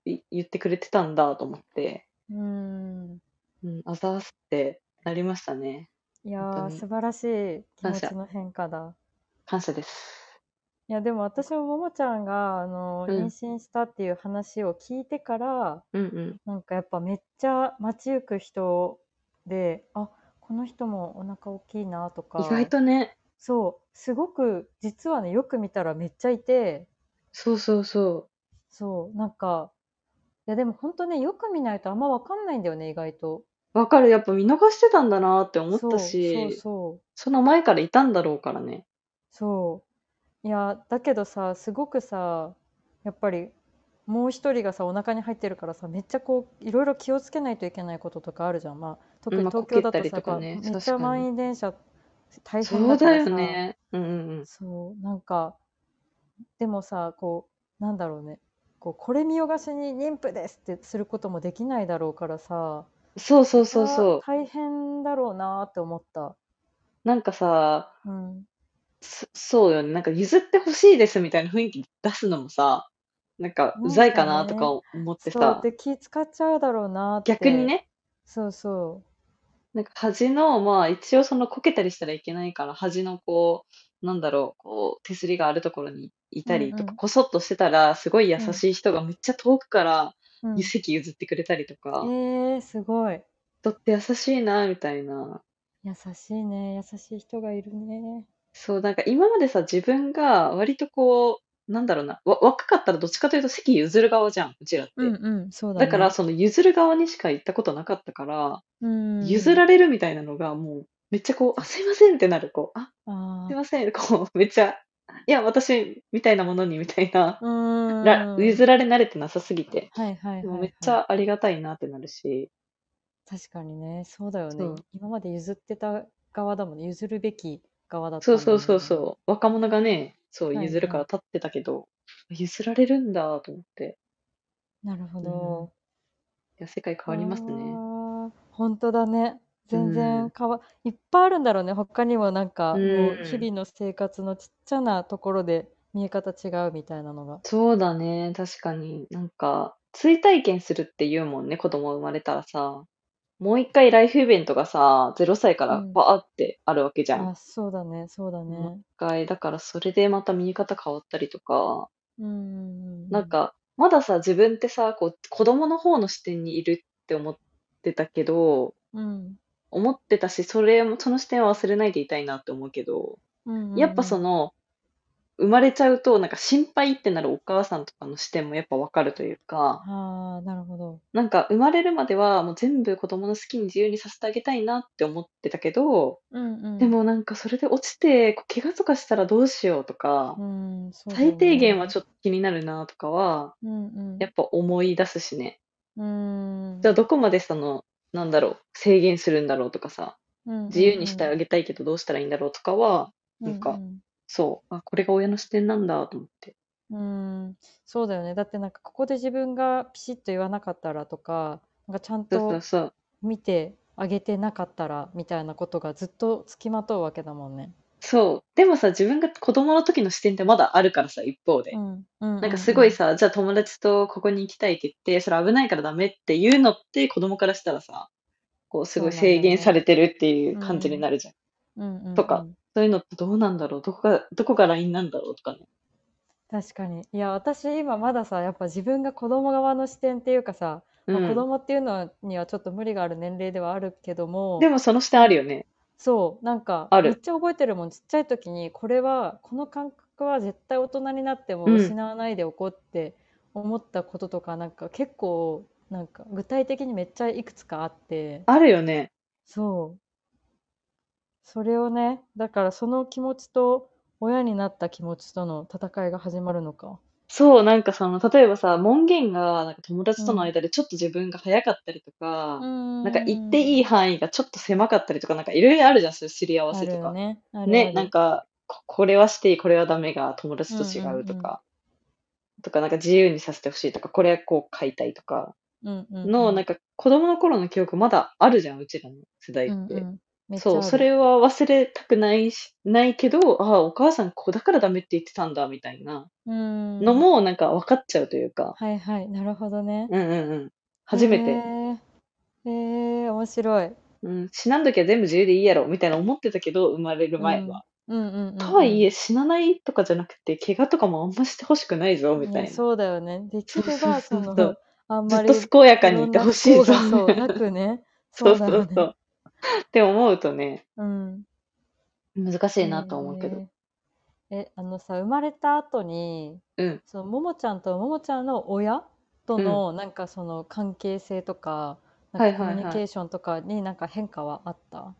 Speaker 3: い言ってくれてたんだと思って、
Speaker 2: うん。
Speaker 3: うん、あざーすってなりましたね。
Speaker 2: いや
Speaker 3: 本当
Speaker 2: ー、
Speaker 3: に
Speaker 2: 素晴らしい気
Speaker 3: 感
Speaker 2: 持
Speaker 3: 謝
Speaker 2: ちの変化だ。
Speaker 3: 感謝です。
Speaker 2: いや、でも私もももちゃんが、あの、
Speaker 3: うん
Speaker 2: 妊娠したっていう話を聞いてから、
Speaker 3: うんうん。
Speaker 2: なんかやっぱめっちゃ街行く人で、あ、この人もお腹大きいなとか、
Speaker 3: 意外とね、
Speaker 2: そう、すごく、実はね、よく見たらめっちゃいて、
Speaker 3: そうそうそ
Speaker 2: そう、なんか、いやでも本当ね、よく見ないとあんまわかんないんだよね、意外と。
Speaker 3: う。わかる、やっぱ見逃してたんだなって思っ
Speaker 2: そう
Speaker 3: たし、
Speaker 2: そうそう。
Speaker 3: その前からいたんだろうからね。
Speaker 2: そう。いや、だけどさ、すごくさ、やっぱり、もう一人がさ、お腹に入ってるからさ、めっちゃこう、いろいろ気をつけないといけないこととかあるじゃん。まあ、
Speaker 3: う
Speaker 2: 特
Speaker 3: ん
Speaker 2: に
Speaker 3: まあ
Speaker 2: 東京だと
Speaker 3: こ
Speaker 2: さ、
Speaker 3: けたりとかね
Speaker 2: やっぱめっ
Speaker 3: 確
Speaker 2: ち
Speaker 3: か
Speaker 2: ゃ
Speaker 3: に
Speaker 2: 満員電車大変
Speaker 3: そう
Speaker 2: だか
Speaker 3: だ
Speaker 2: ら
Speaker 3: よ
Speaker 2: さ、
Speaker 3: ね。うんうんうん。
Speaker 2: そう、なんか、でもさ、こう、なんだろうね、こう、これ見よがしに妊婦ですってすることもできないだろうからさ、
Speaker 3: そうそうそうそう
Speaker 2: あ。大変だろうなーって思った。
Speaker 3: なんかさ、
Speaker 2: うん。
Speaker 3: そそうよね。なんか譲ってほしいですみたいな雰囲気出すのもさ、なんかうざいかなとか思って
Speaker 2: そう
Speaker 3: さ、
Speaker 2: で気使っちゃうだろうなーって。
Speaker 3: 逆に。ね、
Speaker 2: そうそ
Speaker 3: なんか端の、まあ一応そのこけたりしたらいけないから、端のこう、なんだろう、こう手すりがあるところにいたりと
Speaker 2: うん
Speaker 3: か、
Speaker 2: うん
Speaker 3: こそっとしてたら、すごい優
Speaker 2: うん
Speaker 3: しい人がめっちゃ遠くから
Speaker 2: う。うん、
Speaker 3: 席譲ってくれたりとか、
Speaker 2: えー、すごい。
Speaker 3: 人って優しいな、みたいな。
Speaker 2: 優しいね。優しい人がいるね。
Speaker 3: そう、なんか今までさ、自分が割とこう、なんだろうな、わ若かったらどっちかというと席譲る側じゃん、うちらって。
Speaker 2: うんうん、そうだね。
Speaker 3: だから、その譲る側にしか行ったことなかったから、
Speaker 2: うん、
Speaker 3: 譲られるみたいなのがもう、めっちゃこう、あ、すいませんってなる、こう、あ、
Speaker 2: あ
Speaker 3: すいません、 こう、めっちゃ、いや、私、みたいなものに、みたいな、
Speaker 2: ーう
Speaker 3: ら
Speaker 2: ん。
Speaker 3: 譲られ慣れてなさすぎて、
Speaker 2: はいはいはい、
Speaker 3: で
Speaker 2: は
Speaker 3: も
Speaker 2: い。
Speaker 3: めっちゃありがたいなってなるし、
Speaker 2: 確かにね、そうだよ
Speaker 3: そう
Speaker 2: ね。今まで譲ってた側だもんね。譲るべき側だった
Speaker 3: そ
Speaker 2: ん
Speaker 3: う
Speaker 2: だも
Speaker 3: そ
Speaker 2: ん
Speaker 3: う
Speaker 2: ね
Speaker 3: そうそう、若者がね、そう、
Speaker 2: はい
Speaker 3: 譲るから
Speaker 2: は
Speaker 3: 立ってたけど、譲られるんだと思って、
Speaker 2: なるほど。
Speaker 3: いや、世界変わりますね。
Speaker 2: あー。本当だね。全然変わ、いっぱいあるんだろうね。他にもなんか、
Speaker 3: うん
Speaker 2: もう日々の生活のちっちゃなところで見え方違うみたいなのが。
Speaker 3: そうだね、確かに。なんか、追体験するって言うもんね、子供生まれたらさ。もう一回ライフイベントがさ、0歳から
Speaker 2: うん
Speaker 3: バーってあるわけじゃん。
Speaker 2: あ、そうだね、そうだ
Speaker 3: もう
Speaker 2: ね。
Speaker 3: 一回、だからそれでまた見え方変わったりとか、
Speaker 2: うん。
Speaker 3: なん、か、まださ、自分ってさ、こう、子供の方の視点にいるって思ってたけど、
Speaker 2: うん。
Speaker 3: 思ってたし、それも、その視点は忘れないでいたいなって思うけど、
Speaker 2: うん、
Speaker 3: やっぱそ
Speaker 2: の、
Speaker 3: の、生まれちゃうと、なんか心配ってなるお母さんとかの視点もやっぱわかるというか、
Speaker 2: ああ、なるほど。
Speaker 3: なんか生まれるまではもう全部子供の好きに自由にさせてあげたいなって思ってたけど、
Speaker 2: うんうん。
Speaker 3: で、もなんかそれで落ちてこう怪我とかしたらどうしようとか
Speaker 2: う、ん、そうだよね
Speaker 3: 最低限はちょっと気になるなとかは、
Speaker 2: うんうん。
Speaker 3: やっぱ思い出すしね。
Speaker 2: うん。
Speaker 3: じゃあどこまでその、なんだろう、制限するんだろうとかさ、
Speaker 2: うん
Speaker 3: 自由にしてあげたいけどどうしたらいいんだろうとかは、なんかそう、あ、これが親の視点なんだと思って。
Speaker 2: うんうん、うんそうだよね。だってなんかここで自分がピシッと言わなかったらとか、なんかちゃん
Speaker 3: そうそ
Speaker 2: と
Speaker 3: うそう。
Speaker 2: 見てあげてなかったらみたいなことがずっとつきまとうわけだもんね。
Speaker 3: そう。でもさ、自分が子供の時の視点ってまだあるからさ、一方で
Speaker 2: う。ん。うん
Speaker 3: なんかすごい
Speaker 2: さ、
Speaker 3: さ、じゃあ友達とここに行きたいって言って、それ危ないからダメっていうのって子供からしたらさ、こうすごい
Speaker 2: そうなんだ
Speaker 3: 制
Speaker 2: よね
Speaker 3: 限されてるっていう感じ
Speaker 2: うん
Speaker 3: になるじゃん。
Speaker 2: うんうんうん
Speaker 3: とか。そういうのってどうなんだろうどこが、どこがラインなんだろうとかね。
Speaker 2: 確かに。いや、私今まださ、やっぱ自分が子供側の視点っていうかさ、
Speaker 3: う
Speaker 2: まあ、子
Speaker 3: ん。
Speaker 2: 供っていうのにはちょっと無理がある年齢ではあるけども、
Speaker 3: でもその視点あるよね。
Speaker 2: そう、なんか、
Speaker 3: ある
Speaker 2: めっちゃ覚えてるもん、ちっちゃい時に、これは、この感覚は絶対大人になっても
Speaker 3: うん
Speaker 2: 失わないでおこうって思ったこととか、なんか結構、なんか具体的にめっちゃいくつかあって、
Speaker 3: あるよね。
Speaker 2: そう。それをね、だからその気持ちと、親になった気持ちとの戦いが始まるのか。
Speaker 3: そう、なんかその、例えばさ、門限がなんか友達との間でちょっと自分が早かったりとか、
Speaker 2: な
Speaker 3: なんか行っていい範囲がちょっと狭かったりとか、なんかいろいろあるじゃん、そういうすり合わ
Speaker 2: あ
Speaker 3: せ
Speaker 2: る
Speaker 3: と
Speaker 2: よ
Speaker 3: か。
Speaker 2: ね。あるあ
Speaker 3: ね、
Speaker 2: る
Speaker 3: なんか、ここれはしていい、これはダメが友達と違
Speaker 2: うんうん
Speaker 3: うと
Speaker 2: うん
Speaker 3: か、とかなんか自由にさせてほしいとか、これはこう買いたいとか、
Speaker 2: うんうんうん
Speaker 3: の、なんか子供の頃の記憶まだあるじゃん、うちらの世代って。
Speaker 2: うんうんめっちゃ
Speaker 3: そ
Speaker 2: ある
Speaker 3: う、それは忘れたくないし、ないけど、ああ、お母さんここだからダメって言ってたんだ、みたいな
Speaker 2: うん
Speaker 3: のも、なんか分かっちゃうというか、
Speaker 2: はいはいなるほどね
Speaker 3: うんうんうん。初め
Speaker 2: へ
Speaker 3: て、
Speaker 2: ーえー、面白い
Speaker 3: うん、死なんときは全部自由でいいやろ、みたいな思ってたけど、生まれる前は。
Speaker 2: うんうんうんうん
Speaker 3: とはいえ、死なないとかじゃなくて、怪我とかもあんましてほしくないぞ、みたいな。
Speaker 2: ねそうだよねできれば
Speaker 3: そ
Speaker 2: そう
Speaker 3: そうそうそう
Speaker 2: のあん
Speaker 3: ず
Speaker 2: ま
Speaker 3: っ
Speaker 2: り
Speaker 3: と健やかにいてほしいぞ
Speaker 2: ろんな不幸がそうなくね
Speaker 3: そ
Speaker 2: そううだ
Speaker 3: そ
Speaker 2: よ
Speaker 3: うそう。
Speaker 2: ね
Speaker 3: って思うとね、
Speaker 2: うん
Speaker 3: 難しいなとは思うけど。
Speaker 2: えーえあのさ生まれた後に
Speaker 3: うん。
Speaker 2: そのももちゃんとももちゃんの親とのなんかその関係性とか、
Speaker 3: は
Speaker 2: ないんか
Speaker 3: はいは
Speaker 2: コ
Speaker 3: い
Speaker 2: ミュニケーションとかになんか変化はあった、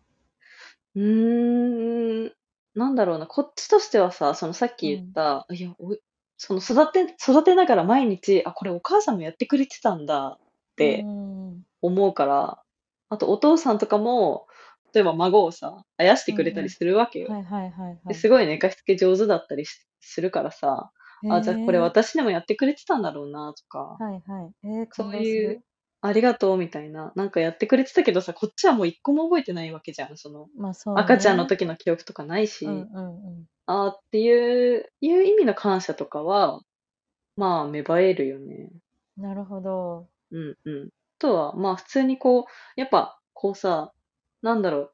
Speaker 3: うーん。なんだろうな、こっちとしてはさ、そのさっき言った、いや、おその育て、育てながら毎日、あ、これお母さんもやってくれてたんだって
Speaker 2: うん
Speaker 3: 思うから、あとお父さんとかも、例えば孫をさ、あやしてくれたりするわけよ。
Speaker 2: はいはいはいは
Speaker 3: で
Speaker 2: い。
Speaker 3: すごい寝かしつけ上手だったりしするからさ、あ、じゃあこれ
Speaker 2: へー
Speaker 3: 私でもやってくれてたんだろうな、とか、
Speaker 2: はいはい。えー、
Speaker 3: そ
Speaker 2: 感
Speaker 3: う
Speaker 2: 動す
Speaker 3: い
Speaker 2: る
Speaker 3: う。、ありがとうみたいな、なんかやってくれてたけどさ、こっちはもう一個も覚えてないわけじゃん。その、
Speaker 2: まあそう、ね。
Speaker 3: 赤ちゃんの時の記憶とかないし、
Speaker 2: うんうんうん。
Speaker 3: あーっていう、いう意味の感謝とかは、まあ芽生えるよね。
Speaker 2: なるほど。
Speaker 3: うんうん。あとは、まあ普通にこう、やっぱこうさ、なんだろ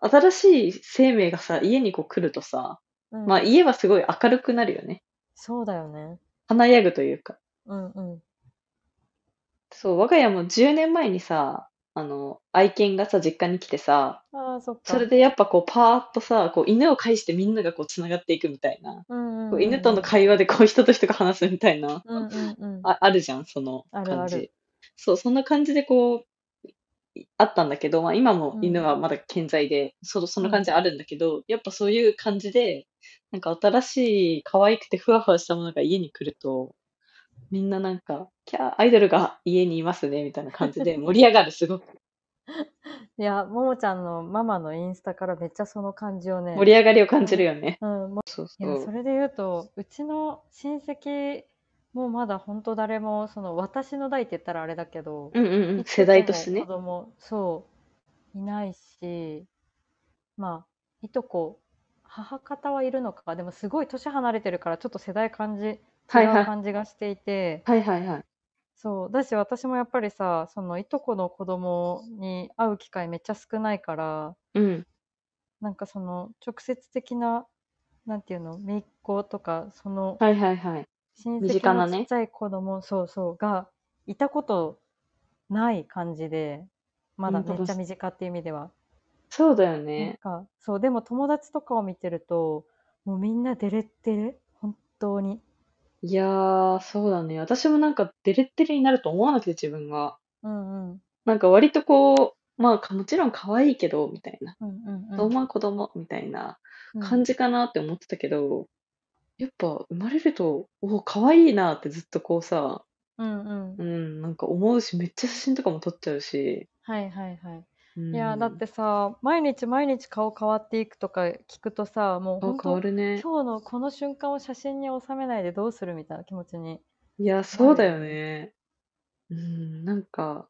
Speaker 3: う、新しい生命がさ、家にこう来るとさ、
Speaker 2: うん、
Speaker 3: まあ家はすごい明るくなるよね。
Speaker 2: そうだよね。
Speaker 3: 華やぐというか。
Speaker 2: うんうん。
Speaker 3: そう、我が家も10年前にさ、あの、愛犬がさ、実家に来てさ、
Speaker 2: ああ、そっか。
Speaker 3: それでやっぱこう、パーッとさ、こう、犬を介してみんながこう、つながっていくみたいな。
Speaker 2: うんうんうんうん、
Speaker 3: こう犬との会話でこう、人と人が話すみたいな。
Speaker 2: うんうんうん。
Speaker 3: ああるじゃん、その
Speaker 2: あ
Speaker 3: 感
Speaker 2: る
Speaker 3: じ。
Speaker 2: ある
Speaker 3: そう、そんな感じでこう、いあったんだけど、まあ今も
Speaker 2: うん
Speaker 3: 犬はまだ健在で、そその感じあるんだけど、やっぱそういう感じで、なんか新しい可愛くてふわふわしたものが家に来ると、みんななんか、キャー、アイドルが家にいますね、みたいな感じ で盛り上がる、すごく。
Speaker 2: いや、ももちゃんのママのインスタからめっちゃその感じをね。
Speaker 3: 盛り上がりを感じるよね。
Speaker 2: うん、も
Speaker 3: そうそ。
Speaker 2: いや、そうれで言うと、うちの親戚もまだ本当誰も、その私の代って言ったらあれだけど、
Speaker 3: うんうんうん、
Speaker 2: 一
Speaker 3: 世代としてね
Speaker 2: 個。も子供、そう、いないし、まあ、いとこ、母方はいるのか、でもすごい年離れてるから、ちょっと世代感じ、違う
Speaker 3: はいはい
Speaker 2: 感じがしていて、
Speaker 3: はいはいはい。
Speaker 2: そう、だし私もやっぱりさ、そのいとこの子供に会う機会めっちゃ少ないから、
Speaker 3: うん。
Speaker 2: なんかその直接的な、なんていうの、姪っ子とか、その
Speaker 3: はいはいはい。
Speaker 2: 親
Speaker 3: 身
Speaker 2: 戚
Speaker 3: 近な
Speaker 2: の
Speaker 3: ね
Speaker 2: ちっちゃい子供、そうそう、がいたことない感じで、まだめっちゃ身近っていう意味では。
Speaker 3: そうだよ
Speaker 2: なん
Speaker 3: ね。
Speaker 2: か、そう、でも友達とかを見てると、もうみんなデレッデレ、本当に。
Speaker 3: いやー、そうだね。私もなんかデレッデレになると思わなくて、自分が。
Speaker 2: うんうん。
Speaker 3: なんか割とこう、まあかもちろん可愛いけど、みたいな。
Speaker 2: うんうん
Speaker 3: 子
Speaker 2: うん
Speaker 3: 供は子供、みたいな
Speaker 2: うん。
Speaker 3: 感じかなって思ってたけど、やっぱ生まれると、おお、可愛いなってずっとこうさ、
Speaker 2: うんうん
Speaker 3: う。ん、なんか思うし、めっちゃ写真とかも撮っちゃうし。
Speaker 2: はいはいはい。
Speaker 3: うん、
Speaker 2: いやー、だってさ、毎日毎日顔変わっていくとか聞くとさ、もう
Speaker 3: 顔
Speaker 2: 本
Speaker 3: 変わ
Speaker 2: 当、
Speaker 3: るね。
Speaker 2: 今日のこの瞬間を写真に収めないでどうするみたいな気持ちに。
Speaker 3: いや、そうだよね。うん、なんか、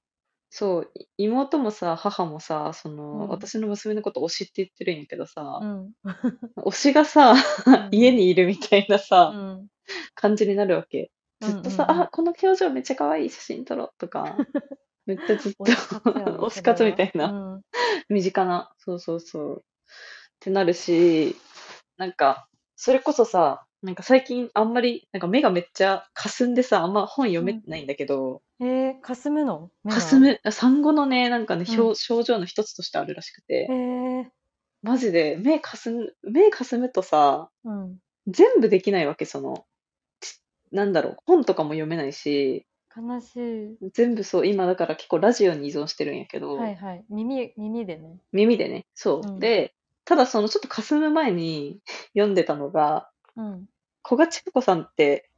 Speaker 3: そう、い妹もさ、母もさ、その、
Speaker 2: うん
Speaker 3: 私の娘のこと推しって言ってるんやけどさ、
Speaker 2: うん。
Speaker 3: 推しがさ、
Speaker 2: ん
Speaker 3: 家にいるみたいな
Speaker 2: う
Speaker 3: さ、
Speaker 2: ん。
Speaker 3: 感じになるわけ。ずっとさ、
Speaker 2: うんうんうん
Speaker 3: あ、この表情めっちゃ可愛い写真撮ろうと か、めっちゃずっと
Speaker 2: 推し活やね
Speaker 3: 推し活みたいな、
Speaker 2: な。
Speaker 3: 身近な、そうそうそう、ってなるし、なんか、それこそさ、なんか最近あんまり、なんか目がめっちゃ霞んでさ、あんま本読めてないんだけど、
Speaker 2: うん。えー、霞むの目が
Speaker 3: 霞む、産後のね、なんかね、
Speaker 2: うん
Speaker 3: 表症状の一つとしてあるらしくて、
Speaker 2: えー、
Speaker 3: マジで、目かすむ、目かすむとさ、
Speaker 2: うん。
Speaker 3: 全部できないわけ、その、ちなんだろう、本とかも読めないし、
Speaker 2: 悲しい。
Speaker 3: 全部そう、今だから結構ラジオに依存してるんやけど、
Speaker 2: はいはい。耳、耳でね。
Speaker 3: 耳でね、そう。
Speaker 2: うん
Speaker 3: で、ただそのちょっとかすむ前に読んでたのが、
Speaker 2: うん。
Speaker 3: 古賀千香子さんって、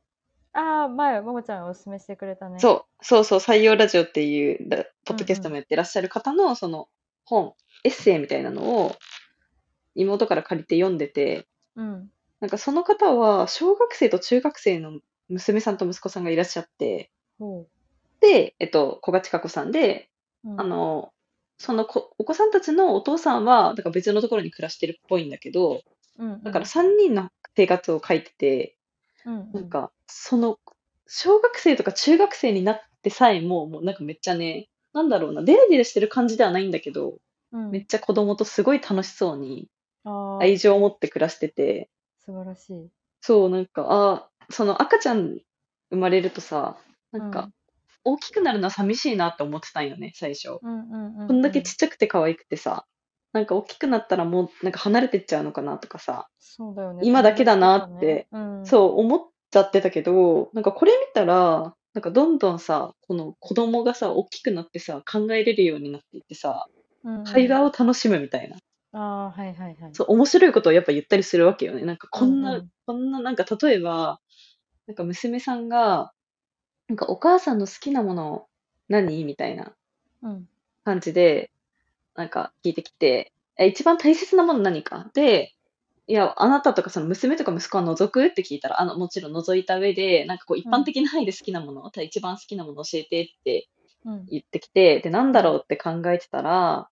Speaker 2: ああ、前、ももちゃんおすすめしてくれたね。う。
Speaker 3: そう、そうそう、採用ラジオっていうラ、ポッドキャストもやってらっしゃる方の、その本、エッセイみたいなのを、妹から借りて読んでて、
Speaker 2: うん。
Speaker 3: なんかその方は、小学生と中学生の娘さんと息子さんがいらっしゃって、
Speaker 2: ほ
Speaker 3: で、えっと、古賀千香子さんで、
Speaker 2: うん
Speaker 3: あの、その子お子さんたちのお父さんは、だから別のところに暮らしてるっぽいんだけど、
Speaker 2: うんうん
Speaker 3: だから3人の生活を書いてて、
Speaker 2: うん
Speaker 3: なんか、その、小学生とか中学生になってさえも、もうなんかめっちゃね、なんだろうな、デレデレしてる感じではないんだけど、
Speaker 2: うん
Speaker 3: めっちゃ子供とすごい楽しそうに、
Speaker 2: あー
Speaker 3: 愛情を持って暮らしてて、
Speaker 2: 素晴らしい。
Speaker 3: そう、なんか、あーその赤ちゃん生まれるとさ、なんか、大きくなるのは寂しいなって思ってたんよね、最初。
Speaker 2: うんうんうん、
Speaker 3: こんだけちっちゃくて可愛くてさ、なんか大きくなったらもうなんか離れてっちゃうのかなとかさ、
Speaker 2: そうだよね、
Speaker 3: 今だけだなって
Speaker 2: うん、
Speaker 3: そう思っちゃってたけど、なんかこれ見たら、なんかどんどんさ、この子供がさ、大きくなってさ、考えれるようになっていってさ、
Speaker 2: うんうん
Speaker 3: 会話を楽しむみたいな。
Speaker 2: あーはいはいはい。
Speaker 3: そう、面白いことをやっぱ言ったりするわけよね。なんかこん
Speaker 2: うん
Speaker 3: な
Speaker 2: うん、
Speaker 3: こんな、なんか例えば、なんか娘さんが、なんかお母さんの好きなもの何みたいな。
Speaker 2: うん
Speaker 3: 感じで、なんか聞いてきて、え、一番大切なもの何かで、いや、あなたとかその娘とか息子は覗くって聞いたら、あの、もちろん覗いた上で、なんかこう一般的な範囲で好きなもの、ただ一番好きなもの教えてって
Speaker 2: うん
Speaker 3: 言ってきて、で、なんだろうって考えてたら、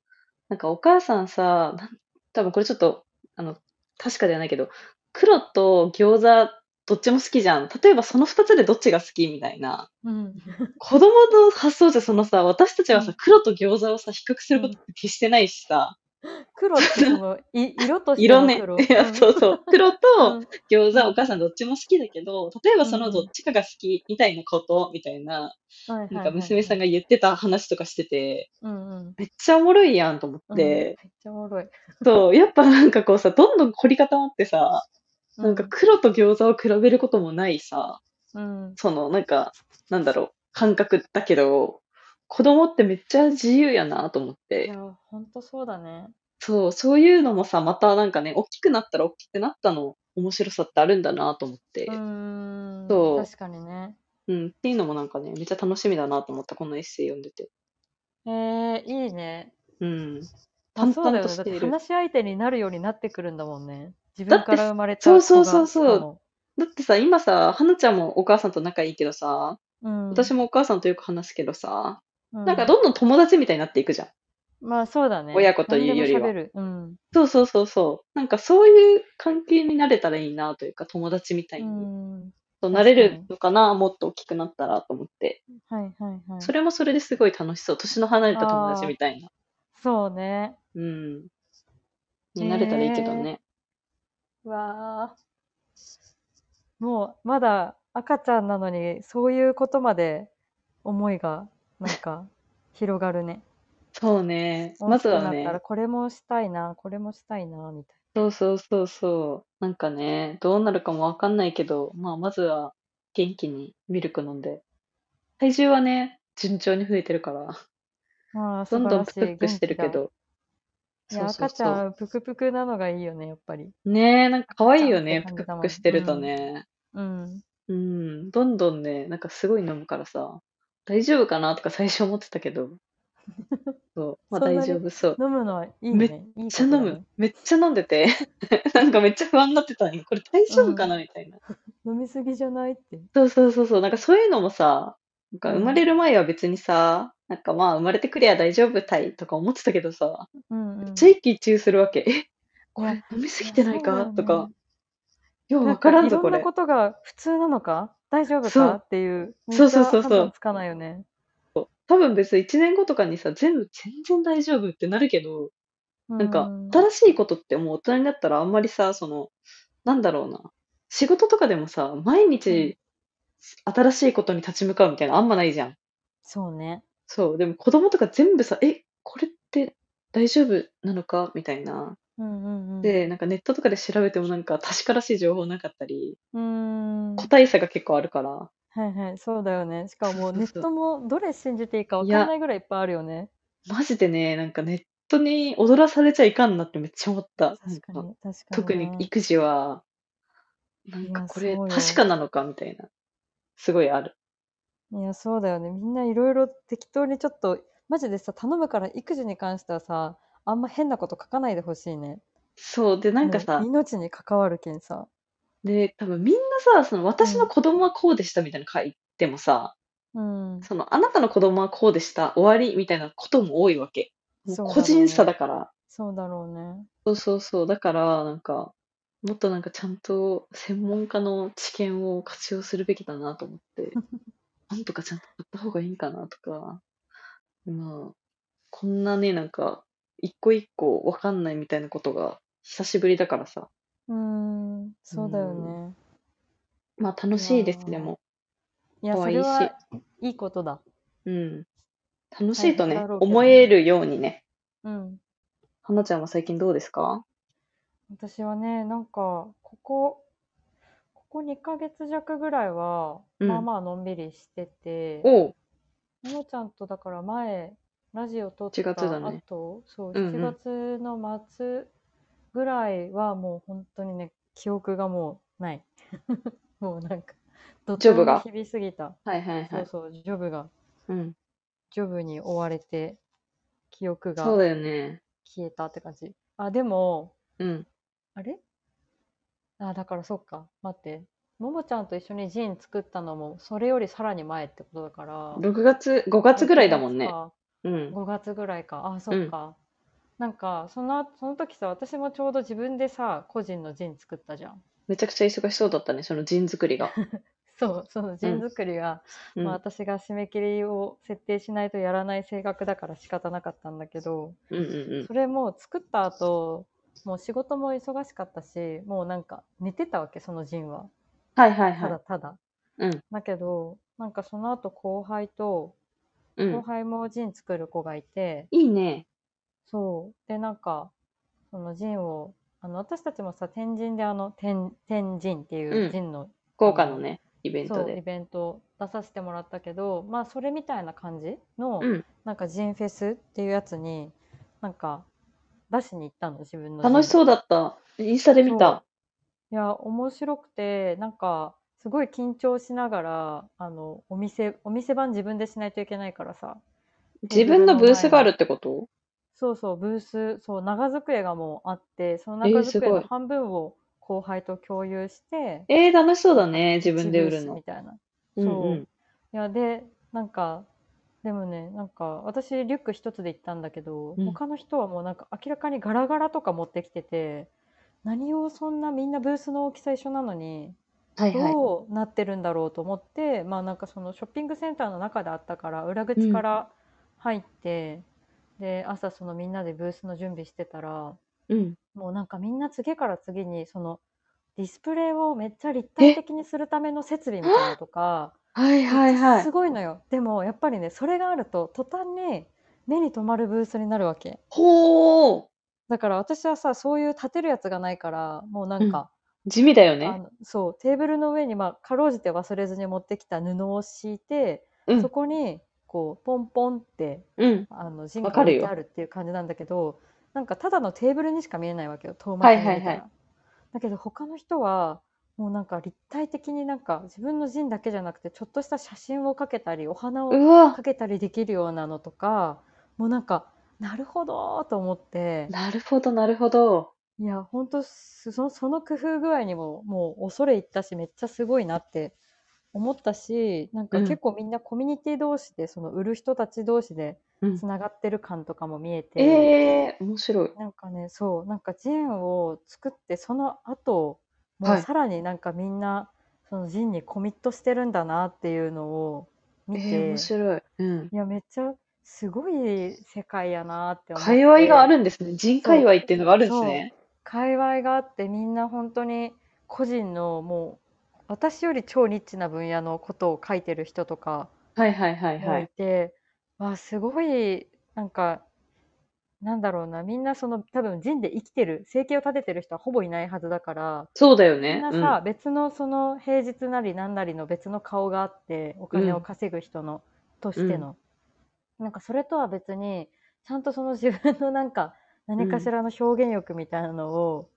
Speaker 3: なんかお母さんさ、なん多分これちょっと、あの、確かではないけど、黒と餃子、どっちも好きじゃん。例えばその二つでどっちが好きみたいな。
Speaker 2: うん
Speaker 3: 子供の発想じゃそのさ、私たちは
Speaker 2: う
Speaker 3: さ、黒と餃子をさ、比較すること
Speaker 2: う
Speaker 3: って決してないしさ、
Speaker 2: 黒ってそのい色として
Speaker 3: 色
Speaker 2: の
Speaker 3: ね
Speaker 2: 黒。、
Speaker 3: いや、 そうそう、黒と
Speaker 2: うんうん
Speaker 3: 餃子、お母さんどっちも好きだけど、例えばそうの
Speaker 2: ん
Speaker 3: どっちかが好きみたいなこと、みたいな、
Speaker 2: はいはいはい
Speaker 3: なんか娘さんが言ってた話とかしてて、
Speaker 2: うんうん
Speaker 3: めっちゃおもろいやんと思
Speaker 2: う
Speaker 3: っ
Speaker 2: ん、め
Speaker 3: て
Speaker 2: っ、ちゃおもろい。
Speaker 3: そう、やっぱなんかこうさ、どんどん凝り固まってさ、なんか黒と餃子を比べることもないさ、
Speaker 2: うん、うん、
Speaker 3: そのなんか、なんだろう、感覚だけど、子供ってめっちゃ自由やなと思っ
Speaker 2: い
Speaker 3: て。
Speaker 2: や本当そうだね。
Speaker 3: そう、そういうのもさ、またなんかね、大きくなったら大きくなったの面白さってあるんだなと思って、
Speaker 2: う
Speaker 3: うん、
Speaker 2: ん
Speaker 3: そう
Speaker 2: 確かにね。
Speaker 3: っていうのもなんかね、めっちゃ楽しみだなと思った、このエッセイ読んでて。
Speaker 2: えー、いいね。
Speaker 3: うん。
Speaker 2: まあ
Speaker 3: 淡
Speaker 2: そうだ
Speaker 3: 々
Speaker 2: よ
Speaker 3: と
Speaker 2: ね。
Speaker 3: し
Speaker 2: だって
Speaker 3: い
Speaker 2: て
Speaker 3: る。
Speaker 2: 話し相手になるようになってくるんだもんね。自分から生まれた
Speaker 3: そうそうそうそう
Speaker 2: 子がしかも
Speaker 3: だってさ、今さ、はなちゃんもお母さんと仲いいけどさ、
Speaker 2: うん、
Speaker 3: 私もお母さんとよく話すけどさ、
Speaker 2: うん
Speaker 3: なんかどんどん友達みたいになっていくじゃん。
Speaker 2: まあそうだね。
Speaker 3: 親子というよりは
Speaker 2: 何でも喋る。うん。
Speaker 3: そうそうそうそう。なんかそういう関係になれたらいいなというか、友達みたいに、
Speaker 2: うん
Speaker 3: と
Speaker 2: 確
Speaker 3: な
Speaker 2: かに
Speaker 3: れるのかな、もっと大きくなったらと思って。
Speaker 2: はいはいはい。
Speaker 3: それもそれですごい楽しそう。年の離れた友達みたいな。
Speaker 2: そうね。
Speaker 3: うん。になれたらいいけどね。
Speaker 2: わあ。もうまだ赤ちゃんなのにそういうことまで思いがなん か広がるね。
Speaker 3: そうね。まずは
Speaker 2: 大きくなったら
Speaker 3: ね、
Speaker 2: これもしたいな、これもしたいなみたい
Speaker 3: そうそうそうそう。なんかね、どうなるかもわかんないけど、まあ、まずは元気にミルク飲んで。体重はね、順調に増えてるから、
Speaker 2: な。まあ
Speaker 3: どんどん
Speaker 2: 素
Speaker 3: プ
Speaker 2: 晴
Speaker 3: ク
Speaker 2: らし
Speaker 3: プク
Speaker 2: い
Speaker 3: してるけ。
Speaker 2: 元
Speaker 3: ど。
Speaker 2: 気だいや
Speaker 3: そうそう
Speaker 2: 赤ち
Speaker 3: そう。
Speaker 2: ゃんぷくぷくなのがいいよねやっぱり。
Speaker 3: ねえ、なんか可愛いよ
Speaker 2: 赤ちゃんっ
Speaker 3: ね、
Speaker 2: て
Speaker 3: ぷ
Speaker 2: 感
Speaker 3: く
Speaker 2: じだ
Speaker 3: ぷ
Speaker 2: もん
Speaker 3: くしてるとね。
Speaker 2: うん。
Speaker 3: うん、どんどんね、なんかすごい飲むからさ、大丈夫かなとか最初思ってたけ ど、そう、まあ
Speaker 2: そん
Speaker 3: 大
Speaker 2: なに
Speaker 3: 丈夫そう。
Speaker 2: 飲むのはいいね。いい
Speaker 3: めっ
Speaker 2: こ
Speaker 3: ちゃ
Speaker 2: と
Speaker 3: 飲
Speaker 2: だね
Speaker 3: む。めっちゃ飲んでて、 なんかめっちゃ不安になってたんよ。これ大丈夫かなみたいな。
Speaker 2: 飲みすぎじゃないって。
Speaker 3: そうそうそうそう。なんかそういうのもさ、なんか
Speaker 2: うん
Speaker 3: 生まれる前は別にさ、なんかまあ生まれてくりゃ大丈夫たいとか思ってたけどさ、
Speaker 2: うんうん。
Speaker 3: めっちゃ一喜一憂するわけ。え、こ
Speaker 2: い
Speaker 3: れ
Speaker 2: や
Speaker 3: 飲みすぎてない
Speaker 2: いや
Speaker 3: か
Speaker 2: そう
Speaker 3: と
Speaker 2: だよ
Speaker 3: か。
Speaker 2: ね
Speaker 3: よう
Speaker 2: な
Speaker 3: わ
Speaker 2: ん
Speaker 3: か
Speaker 2: からい
Speaker 3: んぞ、
Speaker 2: ろ
Speaker 3: こ
Speaker 2: んな
Speaker 3: れ。
Speaker 2: ことが普通なのか大丈夫
Speaker 3: そ
Speaker 2: か
Speaker 3: う
Speaker 2: っていう。
Speaker 3: そうそうそうそう
Speaker 2: めっちゃ判断つかないよね。
Speaker 3: 多分別に1年後とかにさ、全部全然大丈夫ってなるけど、なんか
Speaker 2: だ
Speaker 3: 新しいことってもう大人になったらあんまりさ、その、なんだろうな。仕事とかでもさ、毎日新しいことに立ち向かうみたいなあんまないじゃん。
Speaker 2: そうね。
Speaker 3: そう、でも子供とか全部さ、え、これって大丈夫なのかみたいな。
Speaker 2: うんうんうん。
Speaker 3: で、なんかネットとかで調べてもなんか確からしい情報なかったり、
Speaker 2: うーん。
Speaker 3: 個体差が結構あるから。
Speaker 2: はいはい、そうだよね。しか
Speaker 3: そ
Speaker 2: も
Speaker 3: う
Speaker 2: ネ
Speaker 3: そうそ
Speaker 2: ッ
Speaker 3: う
Speaker 2: トもどれ信じていいかわ
Speaker 3: い
Speaker 2: か
Speaker 3: や
Speaker 2: んないぐらいいっぱいあるよね。
Speaker 3: マジでね、なんかネットに踊らされちゃいかんなってめっちゃ思った。なん
Speaker 2: 確かに、確か
Speaker 3: 特
Speaker 2: に
Speaker 3: に
Speaker 2: ね。
Speaker 3: 育児は、なん
Speaker 2: い
Speaker 3: か
Speaker 2: や
Speaker 3: これ
Speaker 2: そうよ
Speaker 3: 確かなのかみたいな。すごいある。
Speaker 2: いや、そうだよね。みんないろいろ適当にちょっと、マジでさ、頼むから育児に関してはさ、あんま変なこと書かないでほしいね。
Speaker 3: そう。で、なんか
Speaker 2: も
Speaker 3: さ
Speaker 2: う、命に関わるけんさ。
Speaker 3: で、多分みんなさ、その私の子供はこうでしたみたいなの書いてもさ、
Speaker 2: うん。
Speaker 3: その、あなたの子供はこうでした、終わりみたいなことも多いわけ。もう
Speaker 2: そうだろう
Speaker 3: 個人差
Speaker 2: ね
Speaker 3: だから。
Speaker 2: そうだろうね。
Speaker 3: そうそうそう。だから、なんか、もっとなんかちゃんと専門家の知見を活用するべきだなと思 って、なんとかちゃんとやった方がいいんかなとか、まあ、こんなね、なんか、一個一個わかんないみたいなことが久しぶりだからさ、
Speaker 2: うん。そうだよ
Speaker 3: う
Speaker 2: ね。
Speaker 3: まあ楽しいです、
Speaker 2: うわー
Speaker 3: でも。
Speaker 2: いや、
Speaker 3: 可
Speaker 2: そ
Speaker 3: 愛い
Speaker 2: れ
Speaker 3: し
Speaker 2: はいいことだ。
Speaker 3: うん。楽しいと
Speaker 2: 大変
Speaker 3: ね
Speaker 2: だろう、けどね
Speaker 3: 思えるようにね。
Speaker 2: うん。
Speaker 3: はなちゃんは最近どうですか
Speaker 2: 私はね、なんか、ここ、ここ2ヶ月弱ぐらいは、
Speaker 3: うん
Speaker 2: まあまあのんびりしてて、
Speaker 3: おう、
Speaker 2: ももちゃんとだから前、ラジオ撮った
Speaker 3: 7月だね
Speaker 2: 後、そう、
Speaker 3: うんうん
Speaker 2: 7月の末ぐらいはもう本当にね、記憶がもうない。 もうなんか、どっ
Speaker 3: ジョブが
Speaker 2: 響すぎた。
Speaker 3: はいはいは
Speaker 2: そう
Speaker 3: い。
Speaker 2: そう、ジョブが、
Speaker 3: うん。
Speaker 2: ジョブに追われて、記憶が
Speaker 3: そうだよね。
Speaker 2: 消えたって感じ。あ、でも、
Speaker 3: うん。
Speaker 2: あれあ、だからそっか。待って。ももちゃんと一緒にジン作ったのも、それよりさらに前ってことだから。
Speaker 3: 6月、5月ぐらいだもんね。うん。
Speaker 2: 5月ぐらいか。あ、そっか。なんか、その、その時さ、私もちょうど自分でさ、個人のジン作ったじゃん。
Speaker 3: めちゃくちゃ忙しそうだったね、その陣作り が。
Speaker 2: そう、そのジン作りが、
Speaker 3: うん
Speaker 2: まあ私が締め切りを設定しないとやらない性格だから仕方なかったんだけど、
Speaker 3: うんうんうん
Speaker 2: それもう作った後、もう仕事も忙しかったし、もうなんか寝てたわけ、そのジンは。
Speaker 3: はいはい
Speaker 2: た
Speaker 3: は
Speaker 2: だ
Speaker 3: い。
Speaker 2: ただ。
Speaker 3: うん
Speaker 2: だけど、なんかその後後輩と、
Speaker 3: う
Speaker 2: 後
Speaker 3: ん。
Speaker 2: 輩もジン作る子がいて、
Speaker 3: いいね。
Speaker 2: そう。で、なんか、そのジンを、あの、私たちもさ、天神であの、天、天神ってい
Speaker 3: うん
Speaker 2: うジンの、
Speaker 3: 福岡のね、イベント
Speaker 2: そう、イ
Speaker 3: で。
Speaker 2: ベント出させてもらったけど、まあ、それみたいな感じの、
Speaker 3: うん
Speaker 2: なんかジンフェスっていうやつに、なんか、出しに行ったの、自分のジンを。
Speaker 3: 楽しそうだった。インスタで見た。
Speaker 2: いや、面白くて、なんか、すごい緊張しながら、あの、お店、お店番自分でしないといけないからさ、
Speaker 3: 自分のブースがあるってこと
Speaker 2: そうそう、ブース、そう、長机がもうあって、その
Speaker 3: えー
Speaker 2: 長机
Speaker 3: すご
Speaker 2: の
Speaker 3: い
Speaker 2: 半分を後輩と共有して、
Speaker 3: えー、楽しそうだね、自分で売
Speaker 2: ブ
Speaker 3: る
Speaker 2: ースみ
Speaker 3: の。
Speaker 2: たいな。
Speaker 3: うん。
Speaker 2: そううんいや、で、なんか、でもね、なんか、私、リュック一つで行ったんだけど、
Speaker 3: うん
Speaker 2: 他の人はもうなんか、明らかにガラガラとか持ってきてて、何をそんなみんなブースの大きさ一緒なのに、
Speaker 3: はいはい。
Speaker 2: どうなってるんだろうと思って、まあなんかそのショッピングセンターの中であったから裏口から入って、で朝そのみんなでブースの準備してたら
Speaker 3: うん。
Speaker 2: もうなんかみんな次から次にそのディスプレイをめっちゃ立体的にするための設備みたいなのとか
Speaker 3: はいはいはい
Speaker 2: す。ごいのよでもやっぱりねそれがあると途端に目に留まるブースになるわけ
Speaker 3: ほー。
Speaker 2: だから私はさそういう立てるやつがないからもうなんか、
Speaker 3: う地味だよ
Speaker 2: あ
Speaker 3: ね。
Speaker 2: のそうテーブルの上に、まあ、かろうじて忘れずに持ってきた布を敷いて、
Speaker 3: うん
Speaker 2: そこにこうポンポンって
Speaker 3: うん。
Speaker 2: あの人
Speaker 3: わ
Speaker 2: が
Speaker 3: か
Speaker 2: 置
Speaker 3: る
Speaker 2: い
Speaker 3: よ
Speaker 2: てあるっていう感じなんだけどなんかただのテーブルにしか見えないわけよ遠回りに
Speaker 3: はい
Speaker 2: 見たら、
Speaker 3: はいは
Speaker 2: だけど他の人はもうなんか立体的になんか自分の陣だけじゃなくてちょっとした写真をかけたりお花を
Speaker 3: うわ、
Speaker 2: かけたりできるようなのとかもうなんかなるほどーと思って。
Speaker 3: なるほどなるほど。
Speaker 2: いや、ほんとすその、その工夫具合にも、もう恐れ入ったし、めっちゃすごいなって思ったし、なんか
Speaker 3: うん
Speaker 2: 結構みんなコミュニティ同士で、その売る人たち同士で
Speaker 3: うん
Speaker 2: つながってる感とかも見えて、
Speaker 3: えー、面白い。
Speaker 2: なんかね、そう、なんかジェーンを作って、その後、も
Speaker 3: は
Speaker 2: う
Speaker 3: い
Speaker 2: さらになんかみんな、そのジンにコミットしてるんだなっていうのを見
Speaker 3: えー、
Speaker 2: て、
Speaker 3: 面白い。うん。
Speaker 2: いや、めっちゃすごい世界やなって思って。
Speaker 3: 界隈があるんですね。人界隈っていうのがあるんですね。
Speaker 2: 界隈があってみんな本当に個人のもう私より超ニッチな分野のことを書いてる人とか
Speaker 3: はいはいはいは
Speaker 2: もい
Speaker 3: い。
Speaker 2: て、わあすごいなんかなんだろうなみんなその多分人で生きてる生計を立ててる人はほぼいないはずだから
Speaker 3: そうだよ
Speaker 2: みん
Speaker 3: ね。
Speaker 2: な
Speaker 3: うん
Speaker 2: さ、別のその平日なりなんなりの別の顔があってお金を稼ぐ人の、としての、なんかそれとは別にちゃんとその自分のなんか何かしらの表現欲みたいなのを、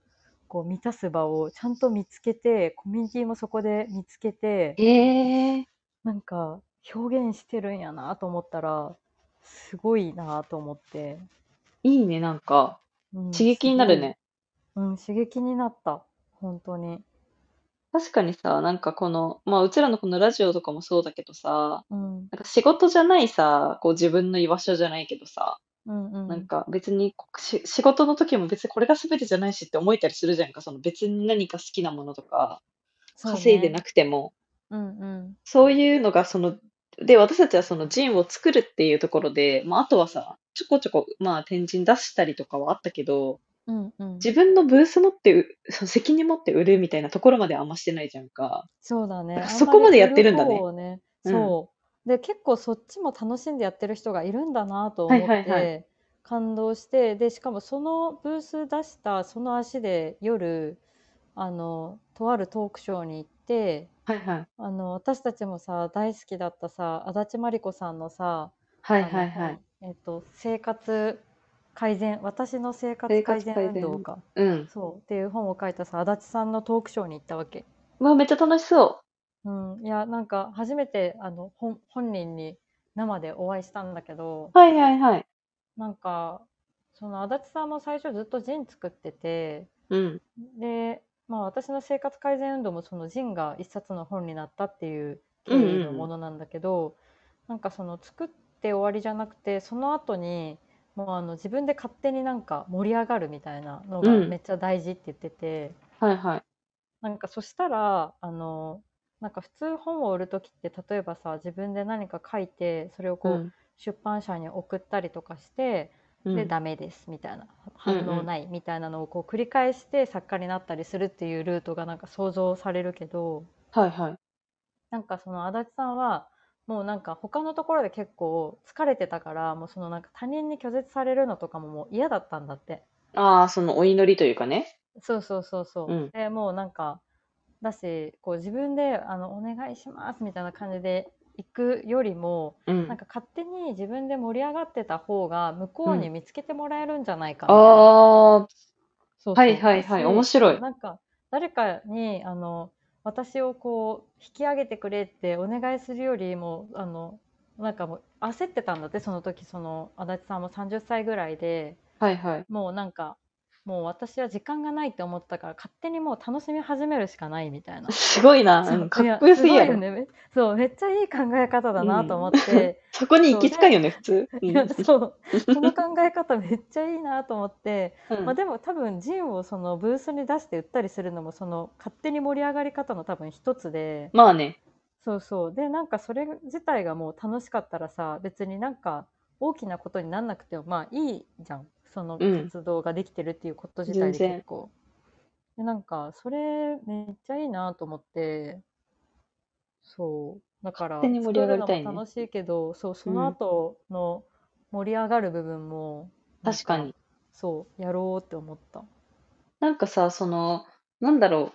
Speaker 2: こう満たす場をちゃんと見つけてコミュニティもそこで見つけて
Speaker 3: へえ
Speaker 2: なんか表現してるんやなと思ったらすごいなと思って、
Speaker 3: いいね、なんか、
Speaker 2: うん
Speaker 3: 刺激になるね。
Speaker 2: すごいうん刺激になった本当に
Speaker 3: 確かにさ、なんかこの、まあ、うちらのこのラジオとかもそうだけどさ、
Speaker 2: うん
Speaker 3: なんか仕事じゃないさ、こう自分の居場所じゃないけどさ、
Speaker 2: うんうん
Speaker 3: なんか別にこし仕事の時も別にこれが全てじゃないしって思えたりするじゃんか、その別に何か好きなものとか、
Speaker 2: そうね
Speaker 3: 稼いでなくても、
Speaker 2: うんうん
Speaker 3: そういうのがその、で、私たちはそのジンを作るっていうところで、まあ、あとはさ、ちょこちょこ、まあ、天神出したりとかはあったけど、
Speaker 2: うんうん
Speaker 3: 自分のブース持ってう、その責任持って売るみたいなところまではあんましてないじゃんか。
Speaker 2: そうだね
Speaker 3: だから
Speaker 2: あんり
Speaker 3: そこまでやってるんだね
Speaker 2: 売方をね
Speaker 3: うん
Speaker 2: そうで結構そっちも楽しんでやってる人がいるんだなと思って、
Speaker 3: はいはいは
Speaker 2: 感動してでしかもそのブース出したその足で夜あのとあるトークショーに行って
Speaker 3: はいはい。
Speaker 2: あの私たちもさ大好きだったさ足立真理子さんのさ
Speaker 3: はい
Speaker 2: あの
Speaker 3: はいはい。
Speaker 2: えっと生活改善私の生活
Speaker 3: 生
Speaker 2: 改
Speaker 3: 活
Speaker 2: 善
Speaker 3: 改
Speaker 2: 運
Speaker 3: 善
Speaker 2: 動か
Speaker 3: うん。
Speaker 2: そうっていう本を書いたさ足立さんのトークショーに行ったわけ。
Speaker 3: うわ、めっちゃ楽しそ
Speaker 2: うん、いやなんか初めてあの本本人に生でお会いしたんだけど
Speaker 3: う。はいはいはい。
Speaker 2: なんかその足立さんも最初ずっとジン作ってて
Speaker 3: うん。
Speaker 2: で、まあ、私の生活改善運動もそのジンが一冊の本になったっていう経
Speaker 3: うんうんうん
Speaker 2: 緯のものなんだけど、なんかその作って終わりじゃなくてその後にもうあの自分で勝手になんか盛り上がるみたいなのが
Speaker 3: うん
Speaker 2: めっちゃ大事って言ってて。
Speaker 3: はいはい。
Speaker 2: なんかそしたらあのなんか普通本を売る時って例えばさ自分で何か書いてそれをこう、
Speaker 3: うん
Speaker 2: 出版社に送ったりとかして、
Speaker 3: うん
Speaker 2: でダメですみたいな
Speaker 3: うんう
Speaker 2: 反
Speaker 3: ん
Speaker 2: 応ないみたいなのをこう繰り返して作家になったりするっていうルートがなんか想像されるけど
Speaker 3: はいはい。
Speaker 2: なんかその足立さんはもうなんか他のところで結構疲れてたからもうそのなんか他人に拒絶されるのとかももう嫌だったんだって。
Speaker 3: ああ、そのお祈りというかね。
Speaker 2: そうそうそうそう。
Speaker 3: うん
Speaker 2: でもうなんかだしこう自分であの「お願いします」みたいな感じで行くよりも、
Speaker 3: うん。
Speaker 2: なんか勝手に自分で盛り上がってた方が向こうに
Speaker 3: う
Speaker 2: 見つけてもらえるんじゃないかみたいな、
Speaker 3: ああ、
Speaker 2: そうそう
Speaker 3: はいはいはい
Speaker 2: だし
Speaker 3: 面白い
Speaker 2: なんか誰かにあの私をこう引き上げてくれってお願いするよりもあのなんかもう焦ってたんだってその時その足立さんも30歳ぐらいで。
Speaker 3: はいはい。
Speaker 2: もうなんかもう私は時間がないって思ったから勝手にもう楽しみ始めるしかないみたいな。
Speaker 3: すごいな。うんかっこよすぎや
Speaker 2: いや
Speaker 3: ろ
Speaker 2: ごいよねめそうめっちゃいい考え方だなと思って、
Speaker 3: そこに行き着かんよね、普通。うん
Speaker 2: いや そうその考え方めっちゃいいなと思って、
Speaker 3: うん
Speaker 2: まあ、でも多分ジンをそのブースに出して売ったりするのもその勝手に盛り上がり方の多分一つで
Speaker 3: まあね。
Speaker 2: そうそうでなんかそれ自体がもう楽しかったらさ別になんか大きなことになんなくてもまあいいじゃんその
Speaker 3: うん
Speaker 2: 活動ができてるっていうこと自
Speaker 3: 全
Speaker 2: 体で
Speaker 3: 然
Speaker 2: 結構、でなんかそれめっちゃいいなと思ってそうだから
Speaker 3: 勝手に盛り上がりたいね
Speaker 2: 作るのも楽しいけどそうそ
Speaker 3: うん
Speaker 2: の後の盛り上がる部分も、なん
Speaker 3: 確かに。
Speaker 2: そうやろうって思った
Speaker 3: なんかさ、その、なんだろう。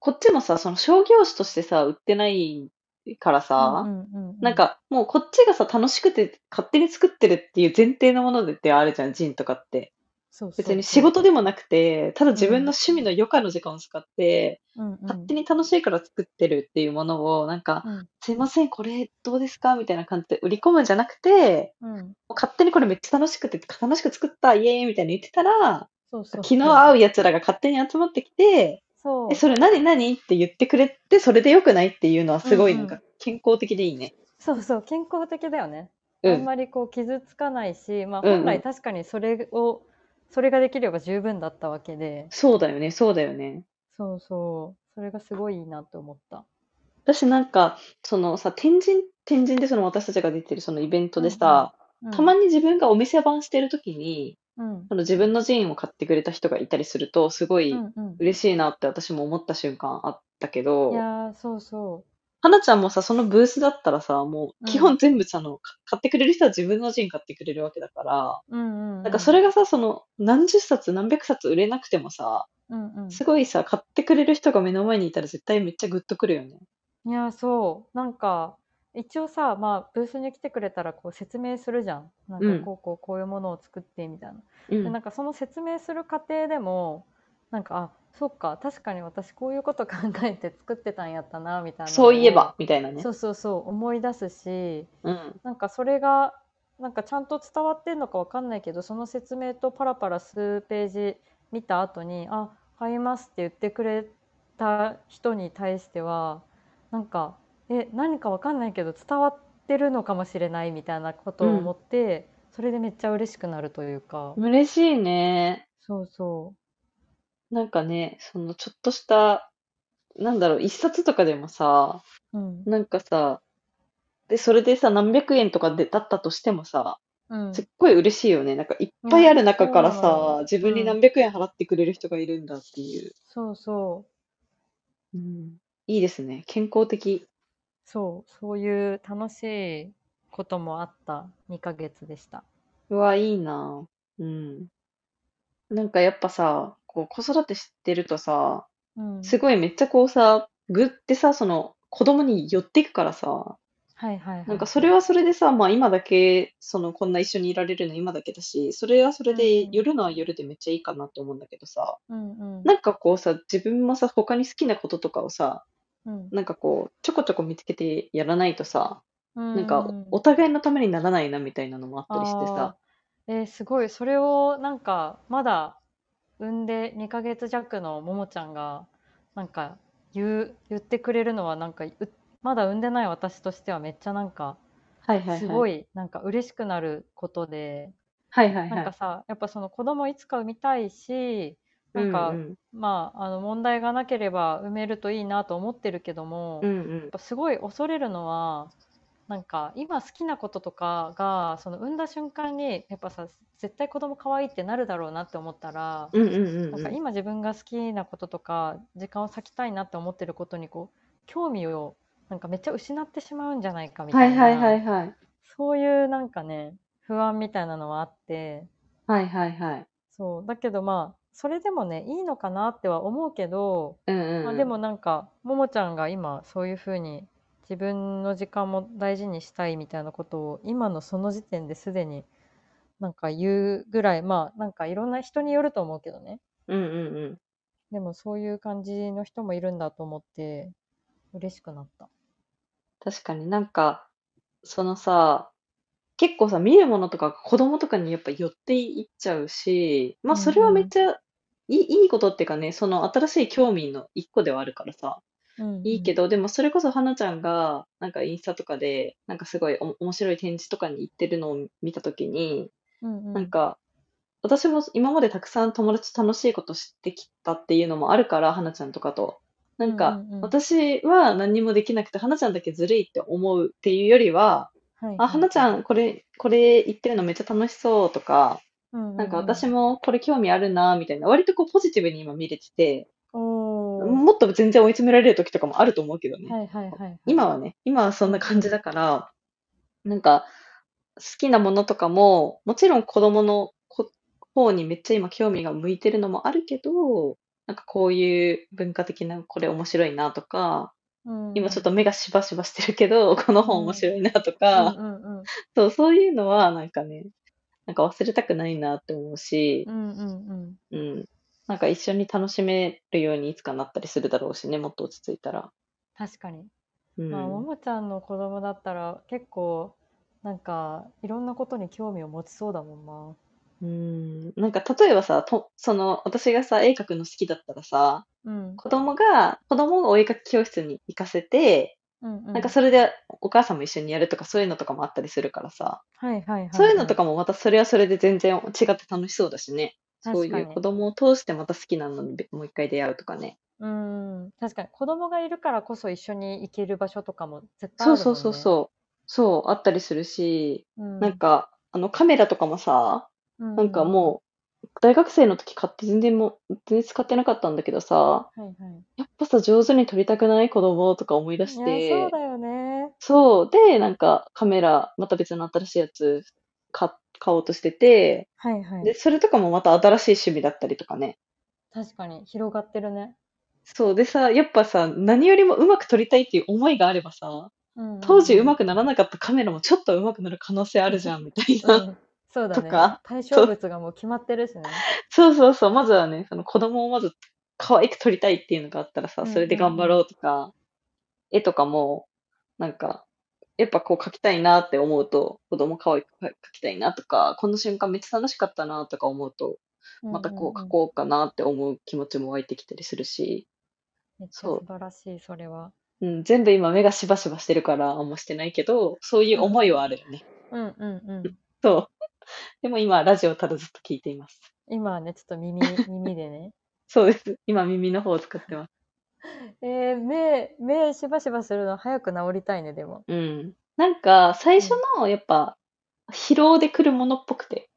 Speaker 3: こっちもさ、その商業誌としてさ、売ってないからさ、
Speaker 2: うんうんうん
Speaker 3: なんかもうこっちがさ、楽しくて勝手に作ってるっていう前提のものでってあるじゃん、ジンとかって。
Speaker 2: そうそう
Speaker 3: 別に仕事でもなくて、ただ自分の
Speaker 2: うん
Speaker 3: 趣味の余暇の時間を使って、
Speaker 2: うんうん
Speaker 3: 勝手に楽しいから作ってるっていうものを、なんか、
Speaker 2: うん
Speaker 3: すいません、これどうですかみたいな感じで売り込むんじゃなくて、
Speaker 2: うん
Speaker 3: もう勝手にこれめっちゃ楽しくて、楽しく作った、イエーイみたいに言ってたら、
Speaker 2: そうそう
Speaker 3: 昨日会う奴らが勝手に集まってきて、
Speaker 2: そう
Speaker 3: え、それ何何って言ってくれて、それで良くないっていうのはすごい
Speaker 2: うん
Speaker 3: な
Speaker 2: うんん
Speaker 3: か健康的でいいね。
Speaker 2: そうそう健康的だよね、
Speaker 3: う
Speaker 2: あん
Speaker 3: ん。
Speaker 2: まりこう傷つかないし、まあ、
Speaker 3: うんうん
Speaker 2: 本来確かにそれを、それができれば十分だったわけで
Speaker 3: そうだよね、そうだよね。
Speaker 2: そうそうそれがすごいいいなと思った。
Speaker 3: 私なんか、そのさ、天神、天神でその私たちが出てるそのイベントでさ、
Speaker 2: うん
Speaker 3: たまに自分がお店番してる時に、
Speaker 2: うん
Speaker 3: その自分のジーンを買ってくれた人がいたりすると、すごい
Speaker 2: うんうん
Speaker 3: 嬉しいなって私も思った瞬間あったけど、
Speaker 2: いやーそうそ
Speaker 3: 花ちゃんもさ、そのブースだったらさ、もう
Speaker 2: うん
Speaker 3: 基本全部さ、あの、か買ってくれる人は自分のジン買ってくれるわけだから、
Speaker 2: う。うんうん、
Speaker 3: なんかそれがさ、その何十冊何百冊売れなくてもさ、
Speaker 2: うんうん、
Speaker 3: すごいさ、買ってくれる人が目の前にいたら絶対めっちゃグッとくるよね。
Speaker 2: いやーそうなんか一応さ、まあ、ブースに来てくれたらこう説明するじゃん。なん
Speaker 3: うん
Speaker 2: かこうこうこういうものを作ってみたいな。
Speaker 3: う
Speaker 2: でなん
Speaker 3: ん。
Speaker 2: かその説明する過程でもなんかあそっか確かに私こういうこと考 えて作ってたんやったなみたいなのを
Speaker 3: そういえば、みたいなね
Speaker 2: そ。うそうそう思い出すし
Speaker 3: うん。
Speaker 2: なんかそれがなんかちゃんと伝わってんのかわかんないけどその説明とパラパラ数ページ見た後に「あ買います」って言ってくれた人に対してはなんかえ何かわかんないけど伝わってるのかもしれないみたいなことを思って、それでめっちゃ嬉しくなるというか、
Speaker 3: 嬉しいね。
Speaker 2: そうそ
Speaker 3: なんかね、そのちょっとした、なんだろう、一冊とかでもさ、
Speaker 2: う、うん
Speaker 3: なんかさ、で、それでさ、何百円とかでだったとしてもさ、
Speaker 2: うん
Speaker 3: すっごい嬉しいよね。なんかいっぱいある中から
Speaker 2: いやそうな
Speaker 3: さ、
Speaker 2: の
Speaker 3: 自分に何百円払ってくれる人がいるんだっていう。
Speaker 2: そうそう
Speaker 3: うん、いいですね。健康的。
Speaker 2: そうそういう楽しいこともあった2ヶ月でした。
Speaker 3: うわ、いいなぁうん。なんかやっぱさ、こう子育てしてるとさ、
Speaker 2: うん、
Speaker 3: すごいめっちゃこうさ、ぐってさ、その子供に寄っていくからさ、
Speaker 2: はいはいはい、
Speaker 3: なんかそれはそれでさ、まあ今だけ、そのこんな一緒にいられるの今だけだし、それはそれ
Speaker 2: う
Speaker 3: で
Speaker 2: んうん
Speaker 3: 寄るのは寄るでめっちゃいいかなって思うんだけどさ、
Speaker 2: うんうん
Speaker 3: なんかこうさ、自分もさ、他に好きなこととかをさ、
Speaker 2: うん
Speaker 3: なんかこう、ちょこちょこ見つけてやらないとさ、
Speaker 2: な
Speaker 3: なんかお互いのためにならないなみたいなのもあったりして
Speaker 2: あ
Speaker 3: さ、
Speaker 2: ーえーすごいそれをなんかまだ産んで2ヶ月弱のももちゃんがなんか言う言ってくれるのはなんかうまだ産んでない私としてはめっちゃなんか
Speaker 3: はいはいはい。
Speaker 2: すご
Speaker 3: い。
Speaker 2: いなんか嬉しくなることで、
Speaker 3: はいはいは
Speaker 2: なんか
Speaker 3: い。
Speaker 2: さやっぱその子供いつか産みたいしなんか、
Speaker 3: ううん
Speaker 2: まああの問題がなければ産めるといいなと思ってるけども、
Speaker 3: うん
Speaker 2: やっぱすごい恐れるのはなんか今好きなこととかがその産んだ瞬間にやっぱさ絶対子供可愛いってなるだろうなって思ったら、
Speaker 3: うんうんうん
Speaker 2: なん
Speaker 3: う
Speaker 2: か
Speaker 3: ん
Speaker 2: 今自分が好きなこととか時間を割きたいなって思ってることにこう興味をなんかめっちゃ失ってしまうんじゃないかみ
Speaker 3: は
Speaker 2: た
Speaker 3: い
Speaker 2: いな、
Speaker 3: はいはいはい。
Speaker 2: そういうなんかね不安みたいなのはあって
Speaker 3: はいはいはい。
Speaker 2: そうだけどまあそれでもねいいのかなっては思うけど
Speaker 3: うんうんうん。
Speaker 2: まあ、でもなんかももちゃんが今そういうふうに自分の時間も大事にしたいみたいなことを今のその時点ですでになんか言うぐらいまあなんかいろんな人によると思うけどね
Speaker 3: うんうんうん。
Speaker 2: でもそういう感じの人もいるんだと思って嬉しくなった。
Speaker 3: 確かになんか、そのさ、結構さ、見るものとか子供とかにやっぱ寄っていっちゃうし、まあそれはめっちゃいい,、いいことっていうかね、その新しい興味の一個ではあるからさ、
Speaker 2: うん
Speaker 3: いいけ
Speaker 2: ど、
Speaker 3: ど、でもそれこそ花ちゃんがなんかインスタとかで、なんかすごいお面白い展示とかに行ってるのを見たときに、
Speaker 2: うんうん、
Speaker 3: なんか、私も今までたくさん友達と楽しいこと知ってきたっていうのもあるから、花ちゃんとかと。なん
Speaker 2: うん
Speaker 3: か
Speaker 2: うんうん、
Speaker 3: 私は何にもできなくて、花ちゃんだけずるいって思うっていうよりは、
Speaker 2: はい
Speaker 3: あ、花ちゃん、これ、これ言ってるのめっちゃ楽しそうとか、
Speaker 2: な
Speaker 3: なんか私もこれ興味あるな、みたいな、割とこうポジティブに今見れてて、
Speaker 2: おー
Speaker 3: もっと全然追い詰められる時とかもあると思うけどね。
Speaker 2: はいはいはいはい、
Speaker 3: 今はね、今はそんな感じだから、なんか、好きなものとかも、もちろん子供のこ方にめっちゃ今興味が向いてるのもあるけど、なんかこういう文化的なこれ面白いなとか、
Speaker 2: うんうん、
Speaker 3: 今ちょっと目がしばしばしてるけど、この本面白いなとか、
Speaker 2: うんうんうん
Speaker 3: そう、そういうのはなんかね、なんか忘れたくないなって思うし
Speaker 2: う、んうんう
Speaker 3: う
Speaker 2: ん
Speaker 3: ん。なんか一緒に楽しめるようにいつかなったりするだろうしね、もっと落ち着いたら。
Speaker 2: 確かに
Speaker 3: うん。
Speaker 2: まあ、ももちゃんの子供だったら結構なんかいろんなことに興味を持ちそうだもんな。
Speaker 3: うーんなんか例えばさとその私がさ絵描くの好きだったらさ
Speaker 2: うん、
Speaker 3: 子供が子供をお絵描き教室に行かせて、
Speaker 2: うんうん
Speaker 3: なんかそれでお母さんも一緒にやるとかそういうのとかもあったりするからさ、
Speaker 2: はいはいはい、
Speaker 3: そういうのとかもまたそれはそれで全然違って楽しそうだしねそう
Speaker 2: 確か
Speaker 3: い
Speaker 2: に
Speaker 3: う子供を通してまた好きなのにもう一回出会うとかね
Speaker 2: うん確かに子供がいるからこそ一緒に行ける場所とかも絶対ある
Speaker 3: そ
Speaker 2: もん、
Speaker 3: う
Speaker 2: ね、
Speaker 3: そうそうそうそうあったりするし、
Speaker 2: う、うん、
Speaker 3: なんかあのカメラとかもさなんかもう大学生の時買って全然もう全然使ってなかったんだけどさ
Speaker 2: うん、はいはい、
Speaker 3: やっぱさ、上手に撮りたくない子供とか思い出し
Speaker 2: いやそ
Speaker 3: て
Speaker 2: うだ。よね。
Speaker 3: そう。で、なんかカメラ、また別の新しいやつ買買おうとしてて、
Speaker 2: はいは
Speaker 3: で、
Speaker 2: い、
Speaker 3: それとかもまた新しい趣味だったりとかね。
Speaker 2: 確かに広がってるね。
Speaker 3: そう。でさ、やっぱさ、何よりもうまく撮りたいっていう思いがあればさ、
Speaker 2: うんうん
Speaker 3: 当時うま
Speaker 2: く
Speaker 3: くならなかったカメラもちょっとうまくなる可能性あるじゃん、みたいな。
Speaker 2: うん、そうだね
Speaker 3: とか
Speaker 2: 対象物がもう決まってるしね。
Speaker 3: そうそうそう。まずはね、その子供をまず可愛く撮りたいっていうのがあったら
Speaker 2: う
Speaker 3: さ、
Speaker 2: んうんうん
Speaker 3: それで頑張ろうとか、絵とかも、なんか、やっぱこう描きたいなって思うと、子供可愛く描きたいなとか、この瞬間めっちゃ楽しかったなとか思うと、またこう
Speaker 2: う
Speaker 3: 描
Speaker 2: ん
Speaker 3: こうかなって思う気持ちも湧いてきたりするし、
Speaker 2: めっちゃ
Speaker 3: そう
Speaker 2: 素晴らしい、それは。
Speaker 3: うん、全部今目がしばしばしてるからあんましてないけど、そういう思いはあるよね。
Speaker 2: うんうんうん。
Speaker 3: そう。でも今、ラジオただずっと聞いています。
Speaker 2: 今はね、ちょっ と耳、耳でね。
Speaker 3: そうです。今、耳の方を使ってます。
Speaker 2: えー、目、目しばしばするの早く治りたいね、でも。
Speaker 3: うん。なんか、最初の、やっぱ、疲労で来るものっぽくて、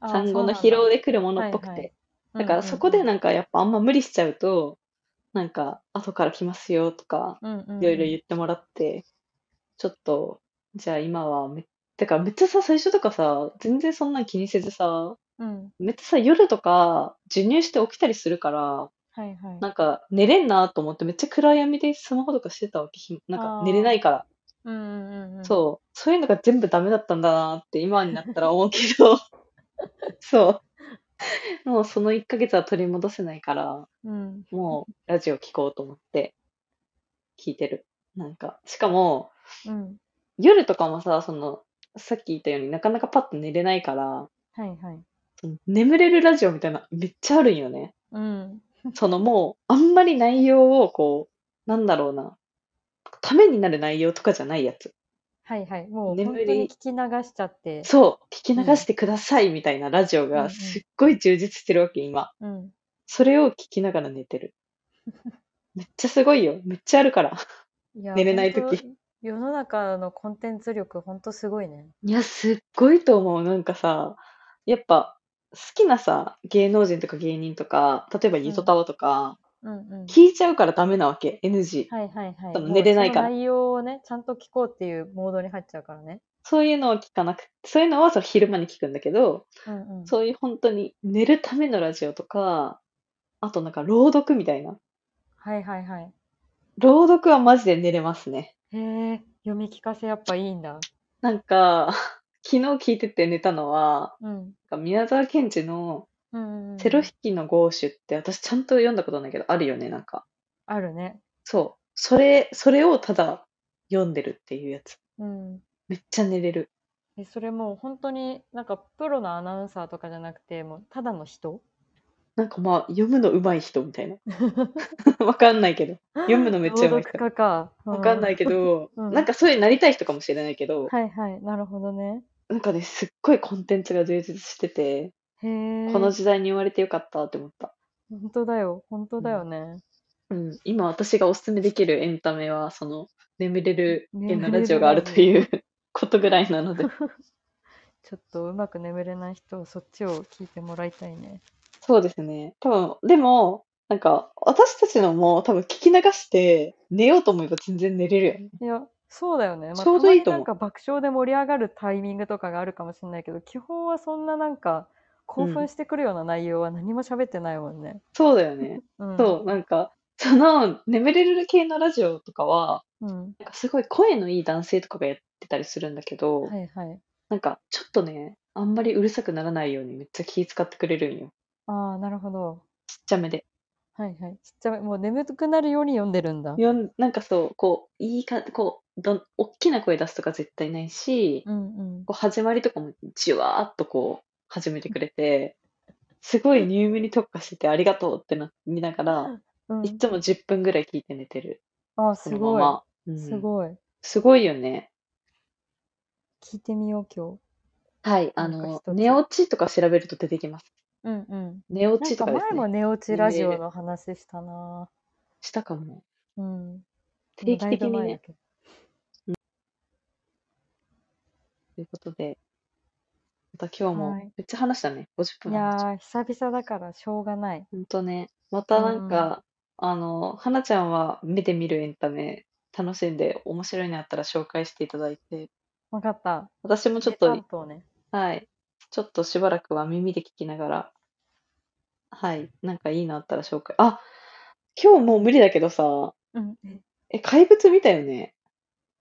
Speaker 2: あー
Speaker 3: 産後の
Speaker 2: そう
Speaker 3: 疲
Speaker 2: なん
Speaker 3: 労で来るものっぽく
Speaker 2: はいはい
Speaker 3: て。だから、そこでなんか、やっぱあんま無理しちゃうと、なんか、後から来ますよとか、
Speaker 2: うんうんうん、
Speaker 3: いろいろ言ってもらって、ちょっと、じゃあ今はめ、だからめっちゃさ、最初とかさ、全然そんなん気にせずさ、
Speaker 2: うんうん。
Speaker 3: めっちゃさ、夜とか、授乳して起きたりするから、
Speaker 2: はいはい。
Speaker 3: なんか寝れんなと思ってめっちゃ暗闇でスマホとかしてたわけひなん
Speaker 2: あ
Speaker 3: か
Speaker 2: ー
Speaker 3: 寝れないから、
Speaker 2: うんうんうん。
Speaker 3: そうそういうのが全部ダメだったんだなって今になったら思うけ どそうもうその1ヶ月は取り戻せないから
Speaker 2: うん。うん
Speaker 3: もうラジオ聞こうと思って聞いてるなんかしかも
Speaker 2: うん。
Speaker 3: 夜とかもさそのさっき言ったようになかなかパッと寝れないから
Speaker 2: はいはい。
Speaker 3: その眠れるラジオみたいなめっちゃあるんよね
Speaker 2: うん。
Speaker 3: そのもう、あんまり内容をこう、なんだろうな、ためになる内容とかじゃないやつ。
Speaker 2: はいはい。もう
Speaker 3: 眠
Speaker 2: 本当
Speaker 3: り
Speaker 2: に聞き流しちゃって。
Speaker 3: そう、聞き流してくださいみたいなラジオ
Speaker 2: うんう
Speaker 3: が
Speaker 2: ん
Speaker 3: すっごい充実してるわけ、今。
Speaker 2: うん。
Speaker 3: それを聞きながら寝て る。めっちゃすごいよ。めっちゃあるから。
Speaker 2: いや
Speaker 3: 寝れない
Speaker 2: 本
Speaker 3: 時
Speaker 2: 当世の中のコンテンツ力、ほんとすごいね。
Speaker 3: いや、すっごいと思う。なんかさ、やっぱ、好きなさ、芸能人とか芸人とか、例えばゆとたわとか、
Speaker 2: うんうん。
Speaker 3: 聞いちゃうからダメなわけ、NG。
Speaker 2: はいはいはい。
Speaker 3: 多分
Speaker 2: もう
Speaker 3: 寝れないから
Speaker 2: その内容をね、ちゃんと聞こうっていうモードに入っちゃうからね。
Speaker 3: そういうのを聞かなくて、そういうのはその昼間に聞くんだけど、
Speaker 2: うんうん。
Speaker 3: そういう本当に寝るためのラジオとか、あとなんか朗読みたいな。
Speaker 2: はいはいはい。
Speaker 3: 朗読はマジで寝れますね。
Speaker 2: へえ、読み聞かせやっぱいいんだ。
Speaker 3: なんか、 昨日聞いてて寝たのは、
Speaker 2: うん。
Speaker 3: なんか宮沢賢治の
Speaker 2: うんうん。
Speaker 3: セロ引きの豪手って私ちゃんと読んだことないけど、あるよね、なんか。
Speaker 2: あるね。
Speaker 3: そう。それ、それをただ読んでるっていうやつ。
Speaker 2: うん。
Speaker 3: めっちゃ寝れる。
Speaker 2: え、それもう本当になんかプロのアナウンサーとかじゃなくて、もうただの人
Speaker 3: なんかまあ、読むの上手い人みたいな。 わかんないけど。読むのめっちゃ上
Speaker 2: 朗
Speaker 3: 手い
Speaker 2: 読
Speaker 3: 人。
Speaker 2: 家か。。
Speaker 3: わかんないいけど、
Speaker 2: うん
Speaker 3: なんかそういうなりたい人かもしれないけど、
Speaker 2: はいはい。なるほどね。
Speaker 3: なんかね、すっごいコンテンツが充実してて、
Speaker 2: へえ。
Speaker 3: この時代に生まれてよかったって思った。
Speaker 2: 本当だよ。本当だよね。
Speaker 3: うん、今私がおすすめできるエンタメは、その、眠れる
Speaker 2: 眠れる
Speaker 3: のラジオがあるということぐらいなの で、
Speaker 2: ちょっとうまく眠れない人はそっちを聞いてもらいたいね。
Speaker 3: そうですね。多分、でも、なんか、私たちのも多分聞き流して、寝ようと思えば全然寝れるよね。
Speaker 2: いや、そうだよね。まあ、
Speaker 3: ちょうどいい
Speaker 2: た
Speaker 3: と思
Speaker 2: まに
Speaker 3: う
Speaker 2: なんか爆笑で盛り上がるタイミングとかがあるかもしれないけど、基本はそんななんか興奮してくるような内容は何も喋ってないもんね。
Speaker 3: そうだよね。
Speaker 2: うん。
Speaker 3: そう、なんか、その、眠れる系のラジオとかは、
Speaker 2: うん。
Speaker 3: なんかすごい声のいい男性とかがやってたりするんだけど、
Speaker 2: はいはい。
Speaker 3: なんか、ちょっとね、あんまりうるさくならないようにめっちゃ気使ってくれるんよ。
Speaker 2: ああ、なるほど。
Speaker 3: ちっちゃめで。
Speaker 2: はいはい。ちっちゃい、もう眠くなるように読んでるんだ。
Speaker 3: よんなんかそう、こう、いいか、こう、どん、大きな声出すとか絶対ないし、
Speaker 2: うんうん。
Speaker 3: こう、始まりとかもじわーっとこう、始めてくれて、すごい入眠に特化しててありがとうってな、見ながら、
Speaker 2: うん、
Speaker 3: いつも10分ぐらい聞いて寝てる。
Speaker 2: ああ、
Speaker 3: そ
Speaker 2: す
Speaker 3: の
Speaker 2: ご
Speaker 3: ま
Speaker 2: い。
Speaker 3: ま。うん
Speaker 2: すごい。
Speaker 3: すごいよね。
Speaker 2: 聞いてみよう、今日。
Speaker 3: はい、あ
Speaker 2: なんか
Speaker 3: の
Speaker 2: 一、つ
Speaker 3: 寝落ちとか調べると出てきます。
Speaker 2: うんうん。
Speaker 3: 寝落
Speaker 2: なん
Speaker 3: ちと
Speaker 2: か
Speaker 3: かで
Speaker 2: 前
Speaker 3: す
Speaker 2: も
Speaker 3: ね。
Speaker 2: 寝落ちラジ
Speaker 3: 寝
Speaker 2: オ
Speaker 3: れ
Speaker 2: の話したな
Speaker 3: したかも。
Speaker 2: ぁ。うん。
Speaker 3: 定
Speaker 2: でも
Speaker 3: 期
Speaker 2: だい
Speaker 3: 的
Speaker 2: ぶ
Speaker 3: に
Speaker 2: 前だ
Speaker 3: ね。
Speaker 2: けど。
Speaker 3: ということで、また今日も
Speaker 2: はい、
Speaker 3: めっちゃ話したね。50
Speaker 2: い
Speaker 3: 分話した。
Speaker 2: やー、久々だからしょうがない。
Speaker 3: ほんとね。またな
Speaker 2: うん
Speaker 3: んか、あの、花ちゃんは目で見るエンタメ楽しんで面白いのあったら紹介していただいて、
Speaker 2: わかった。
Speaker 3: 私もちょっ
Speaker 2: で
Speaker 3: と
Speaker 2: 関、東ね。
Speaker 3: はい、ちょっとしばらくは耳で聞きながら、はい、なんかいいのあったら紹介。あ、今日もう無理だけどさ、
Speaker 2: うん。
Speaker 3: え、
Speaker 2: え
Speaker 3: 怪物見たよね。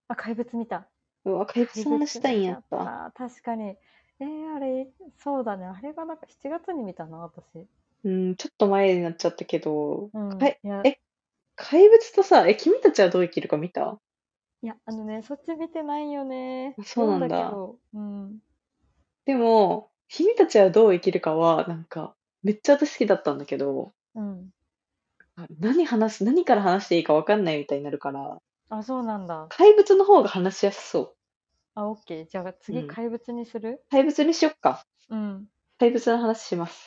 Speaker 2: あ、怪物見た。
Speaker 3: うわ、怪物の話したいんやっ
Speaker 2: 怪物見
Speaker 3: た。
Speaker 2: た。確かに。えー、あれ、そうだね。あれがなんか7月に見たな、私。
Speaker 3: うん、ちょっと前になっちゃったけど、
Speaker 2: うん。
Speaker 3: はい、
Speaker 2: いや
Speaker 3: え怪物とさ、え、君たちはどう生きるか見た
Speaker 2: いや、あのね、そっち見てないよね。
Speaker 3: そうなんだ
Speaker 2: 読けどうん。
Speaker 3: でも、君たちはどう生きるかは、なんか、めっちゃ私好きだったんだけど、
Speaker 2: うん。
Speaker 3: あ何話す、何から話していいか分かんないみたいになるから、
Speaker 2: あ、そうなんだ。
Speaker 3: 怪物の方が話しやすそう。
Speaker 2: あ、オッケー。じゃあ
Speaker 3: う
Speaker 2: 次、
Speaker 3: ん
Speaker 2: 怪物にする
Speaker 3: 怪物にしよっか。
Speaker 2: うん。
Speaker 3: 怪物の話します。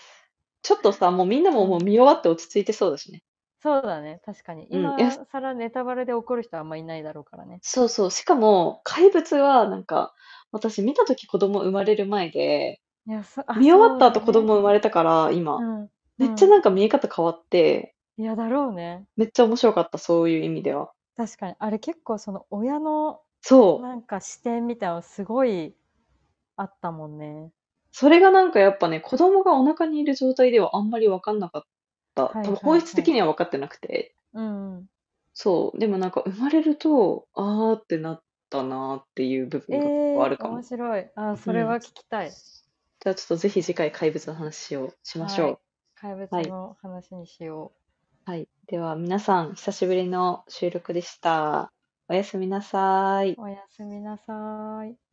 Speaker 3: ちょっとさ、もうみんなももう見終わって落ち着いてそうだしね。
Speaker 2: そうだね。確かに。
Speaker 3: うん
Speaker 2: 今
Speaker 3: いや
Speaker 2: 更ネタバレで怒る人はあんまいないだろうからね。
Speaker 3: そうそう。しかも、怪物はなんか、私見たとき子供生まれる前で、
Speaker 2: いや、そあ
Speaker 3: 見終わった後
Speaker 2: そう
Speaker 3: 子
Speaker 2: だね
Speaker 3: 供生まれたから、今、
Speaker 2: うん。
Speaker 3: めっちゃなんか見え方変わって、
Speaker 2: いや、だろうね。
Speaker 3: めっちゃ面白かった、そういう意味では。
Speaker 2: 確かに。あれ結構その親の
Speaker 3: そう。
Speaker 2: なんか視点みたいなのすごいあったもんね。
Speaker 3: それがなんかやっぱね、子供がお腹にいる状態ではあんまり分かんなかった。
Speaker 2: は
Speaker 3: 多
Speaker 2: い
Speaker 3: 分
Speaker 2: はいは
Speaker 3: 本
Speaker 2: い
Speaker 3: 質的には分かってなくて。
Speaker 2: うんうん。
Speaker 3: そう。でもなんか生まれると、あーってなったなーっていう部分
Speaker 2: え
Speaker 3: が結構あるかも。
Speaker 2: 面白い。あ、それは聞きたい。
Speaker 3: じゃあちょっとぜひ次回怪物の話をしまし
Speaker 2: は
Speaker 3: ょ
Speaker 2: い怪物
Speaker 3: はい
Speaker 2: の話にしよ
Speaker 3: う。はい。では皆さん、久しぶりの収録でした。おやすみなさい。
Speaker 2: う。おやすみなさーい。